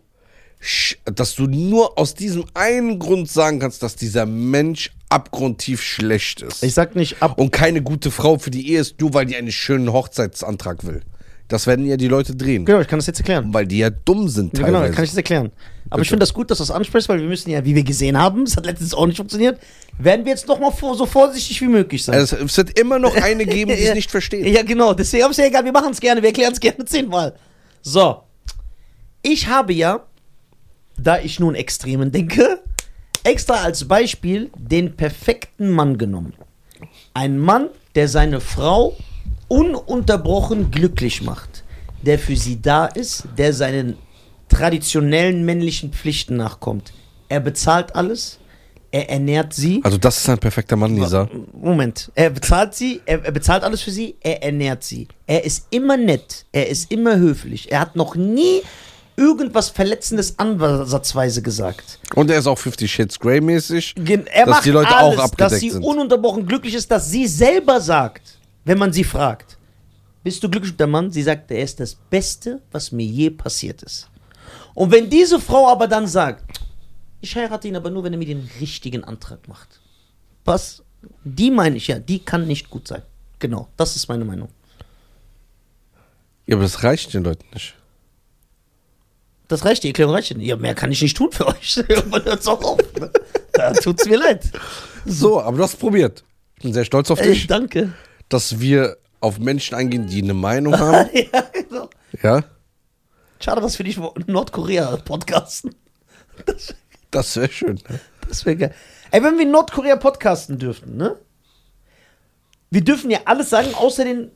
Speaker 1: sch- dass du nur aus diesem einen Grund sagen kannst, dass dieser Mensch abgrundtief schlecht ist
Speaker 2: Ich sag nicht ab.
Speaker 1: und keine gute Frau für die Ehe ist, nur weil die einen schönen Hochzeitsantrag will. Das werden ja die Leute drehen,
Speaker 2: Genau, ich kann das jetzt erklären.
Speaker 1: weil die ja dumm sind
Speaker 2: Ja,
Speaker 1: teilweise.
Speaker 2: genau, kann ich das erklären. Aber ich
Speaker 1: Bitte.
Speaker 2: finde das gut, dass du das ansprichst, weil wir müssen ja, wie wir gesehen haben, (laughs) es hat letztens auch nicht funktioniert, werden wir jetzt nochmal vor, so vorsichtig wie möglich sein.
Speaker 1: also es wird immer noch eine geben, die
Speaker 2: (laughs) Ja.
Speaker 1: es nicht versteht.
Speaker 2: Ja, genau. Deswegen ist ja egal. Wir machen es gerne. Wir erklären es gerne zehnmal. So. Ich habe ja, da ich nun Extremen denke, extra als Beispiel den perfekten Mann genommen. Ein Mann, der seine Frau ununterbrochen glücklich macht. Der für sie da ist, der seinen traditionellen männlichen Pflichten nachkommt. Er bezahlt alles, er ernährt sie.
Speaker 1: Also das ist ein perfekter Mann, Lisa.
Speaker 2: Moment. Er bezahlt sie, er, er bezahlt alles für sie, er ernährt sie. Er ist immer nett, er ist immer höflich. Er hat noch nie irgendwas Verletzendes ansatzweise gesagt.
Speaker 1: Und er ist auch 50 Shades Grey mäßig.
Speaker 2: Gen- Er
Speaker 1: Dass
Speaker 2: macht
Speaker 1: die Leute auch
Speaker 2: alles,
Speaker 1: abgedeckt
Speaker 2: dass sie
Speaker 1: sind.
Speaker 2: ununterbrochen glücklich ist, dass sie selber sagt, wenn man sie fragt, bist du glücklich mit dem Mann? Sie sagt, er ist das Beste, was mir je passiert ist. Und wenn diese Frau aber dann sagt, ich heirate ihn aber nur, wenn er mir den richtigen Antrag macht. Was? Die meine ich ja, die kann nicht gut sein. Genau, das ist meine Meinung.
Speaker 1: Ja, aber das reicht den Leuten nicht.
Speaker 2: Das reicht, die Erklärung reicht. Ja, mehr kann ich nicht tun für euch. (laughs) Irgendwann hört's auch auf. Ne? Da tut's mir leid.
Speaker 1: So, aber du hast probiert. Ich bin sehr stolz auf
Speaker 2: Äh,
Speaker 1: dich,
Speaker 2: danke. (laughs)
Speaker 1: dass wir auf Menschen eingehen, die eine Meinung
Speaker 2: (laughs)
Speaker 1: haben.
Speaker 2: ja, genau.
Speaker 1: ja,
Speaker 2: Schade, dass wir nicht Nordkorea podcasten.
Speaker 1: das wäre schön. ne?
Speaker 2: Das wäre geil. Ey, wenn wir in Nordkorea podcasten dürften, ne? Wir dürfen ja alles sagen, außer den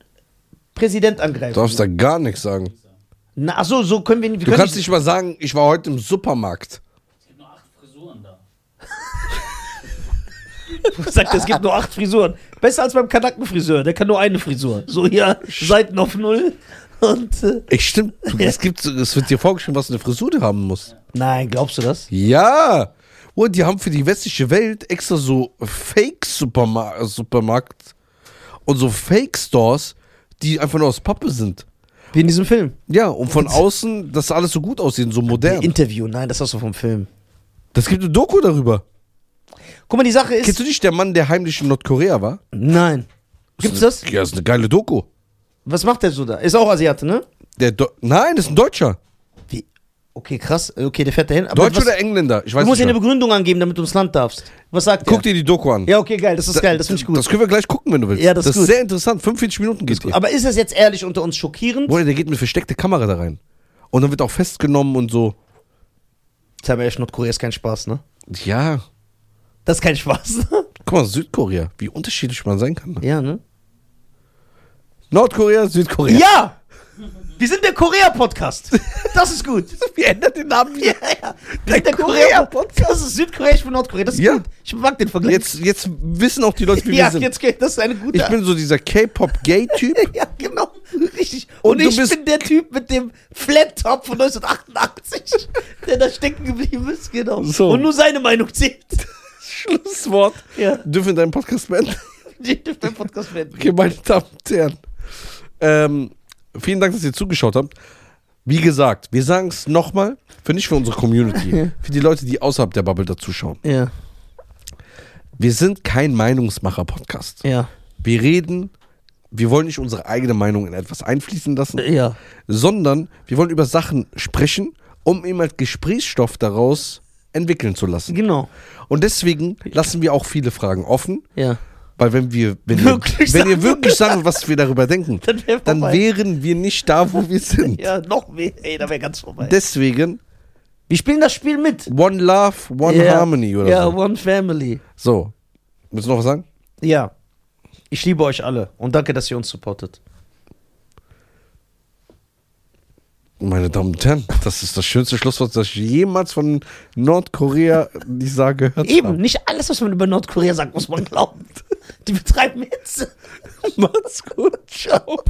Speaker 2: Präsident
Speaker 1: Du
Speaker 2: angreifen.
Speaker 1: darfst da gar nichts sagen.
Speaker 2: Na, ach so, so können wir, wir
Speaker 1: Du
Speaker 2: können
Speaker 1: kannst nicht mal sagen, ich war heute im Supermarkt.
Speaker 3: Es gibt nur acht Frisuren da.
Speaker 2: Sagt, es gibt nur acht Frisuren. Besser als beim Kanakenfriseur. Der kann nur eine Frisur. So hier, Seiten auf Null. Und, äh,
Speaker 1: Ich stimmt. Es, gibt, so- es wird dir vorgeschrieben, was du eine Frisur du haben musst.
Speaker 2: nein, glaubst du das?
Speaker 1: Ja. Und die haben für die westliche Welt extra so Fake-Supermarkt Supermarkt und so Fake-Stores, die einfach nur aus Pappe sind.
Speaker 2: Wie in diesem Film.
Speaker 1: Ja, und von außen, dass alles so gut aussehen, so modern.
Speaker 2: Interview, nein, das hast du vom Film.
Speaker 1: Das gibt eine Doku darüber.
Speaker 2: Guck mal, die Sache
Speaker 1: Kennst
Speaker 2: ist.
Speaker 1: du nicht der Mann, der heimlich in Nordkorea war? Also,
Speaker 2: Nein. Gibt's das?
Speaker 1: Ja, ist eine geile Doku.
Speaker 2: Was macht der so da? Ist auch Asiate, ne?
Speaker 1: Der Do Nein, ist ein Deutscher.
Speaker 2: Wie? Okay, krass. Okay, der fährt dahin. Aber
Speaker 1: Deutscher
Speaker 2: was,
Speaker 1: oder Engländer? Ich weiß
Speaker 2: du musst
Speaker 1: nicht.
Speaker 2: ja eine
Speaker 1: mehr.
Speaker 2: Begründung angeben, damit du ins Land darfst. Was sagt
Speaker 1: Guck
Speaker 2: der?
Speaker 1: dir die Doku an.
Speaker 2: Ja, okay, geil. Das ist geil. Das finde ich gut.
Speaker 1: Das können wir gleich gucken, wenn du willst.
Speaker 2: Ja, das
Speaker 1: das
Speaker 2: ist
Speaker 1: ist
Speaker 2: gut.
Speaker 1: sehr interessant. 45 Minuten geht's.
Speaker 2: aber ist das jetzt ehrlich unter uns schockierend?
Speaker 1: Bruder, der geht mit versteckter Kamera da rein. Und dann wird auch festgenommen und so.
Speaker 2: Jetzt haben wir echt Nordkorea ist kein Spaß, ne?
Speaker 1: Ja.
Speaker 2: Das ist
Speaker 1: (laughs)
Speaker 2: kein Spaß.
Speaker 1: Guck mal, Südkorea. Wie unterschiedlich man sein kann.
Speaker 2: ja, ne?
Speaker 1: Nordkorea, Südkorea.
Speaker 2: Ja! Wir sind der Korea-Podcast. Das ist
Speaker 1: (laughs)
Speaker 2: gut.
Speaker 1: Wir ändern den Namen
Speaker 2: ja,
Speaker 1: wieder.
Speaker 2: ja. Wir sind der
Speaker 1: Korea-Podcast.
Speaker 2: Korea-Podcast. Das ist Südkorea, ich bin Nordkorea. Das ist
Speaker 1: Ja.
Speaker 2: gut. Ich mag den Vergleich.
Speaker 1: Jetzt, jetzt wissen auch die Leute, wie
Speaker 2: ja,
Speaker 1: wir sind.
Speaker 2: jetzt geht das ist eine gute.
Speaker 1: ich bin so dieser
Speaker 2: (laughs)
Speaker 1: K-Pop-Gay-Typ.
Speaker 2: ja, genau. Richtig.
Speaker 1: Und
Speaker 2: Und,
Speaker 1: du
Speaker 2: ich
Speaker 1: bist-
Speaker 2: bin der Typ mit dem Flat-Top von (laughs) 1988, der da stecken geblieben ist, genau.
Speaker 1: So.
Speaker 2: Und nur seine Meinung zählt. (laughs)
Speaker 1: Schlusswort.
Speaker 2: Ja.
Speaker 1: Dürfen wir deinen Podcast beenden? (laughs)
Speaker 2: Die dürfte ein Podcast werden.
Speaker 1: Okay, meine Damen und Herren. Ähm, vielen Dank, dass ihr zugeschaut habt. Wie gesagt, wir sagen es nochmal, für nicht für unsere Community, für die Leute, die außerhalb der Bubble dazuschauen.
Speaker 2: Ja,
Speaker 1: Wir sind kein Meinungsmacher-Podcast.
Speaker 2: ja,
Speaker 1: Wir reden, wir wollen nicht unsere eigene Meinung in etwas einfließen lassen,
Speaker 2: ja.
Speaker 1: sondern wir wollen über Sachen sprechen, um eben halt Gesprächsstoff daraus entwickeln zu lassen.
Speaker 2: Genau.
Speaker 1: Und deswegen lassen wir auch viele Fragen offen,
Speaker 2: Ja.
Speaker 1: weil wenn wir, wenn, ihr,
Speaker 2: Wirklich
Speaker 1: wenn ihr
Speaker 2: sagen
Speaker 1: wirklich sagen, was wir darüber denken,
Speaker 2: Dann wär
Speaker 1: dann
Speaker 2: vorbei.
Speaker 1: wären wir nicht da, wo
Speaker 2: (laughs)
Speaker 1: wir sind.
Speaker 2: Ja, noch mehr. Ey, da wäre ganz vorbei.
Speaker 1: Deswegen
Speaker 2: Wir spielen das Spiel mit.
Speaker 1: One Love, One
Speaker 2: Ja.
Speaker 1: Harmony oder
Speaker 2: Ja,
Speaker 1: so.
Speaker 2: One Family.
Speaker 1: So. Willst du noch was sagen?
Speaker 2: Ja. Ich liebe euch alle und danke, dass ihr uns supportet.
Speaker 1: Meine Damen und Herren, das ist das schönste Schlusswort, das ich jemals von Nordkorea dieser gehört
Speaker 2: Eben,
Speaker 1: habe.
Speaker 2: nicht alles, was man über (laughs) Nordkorea sagt, muss man glauben. Die betreiben Hitze.
Speaker 1: Macht's gut.
Speaker 2: Ciao.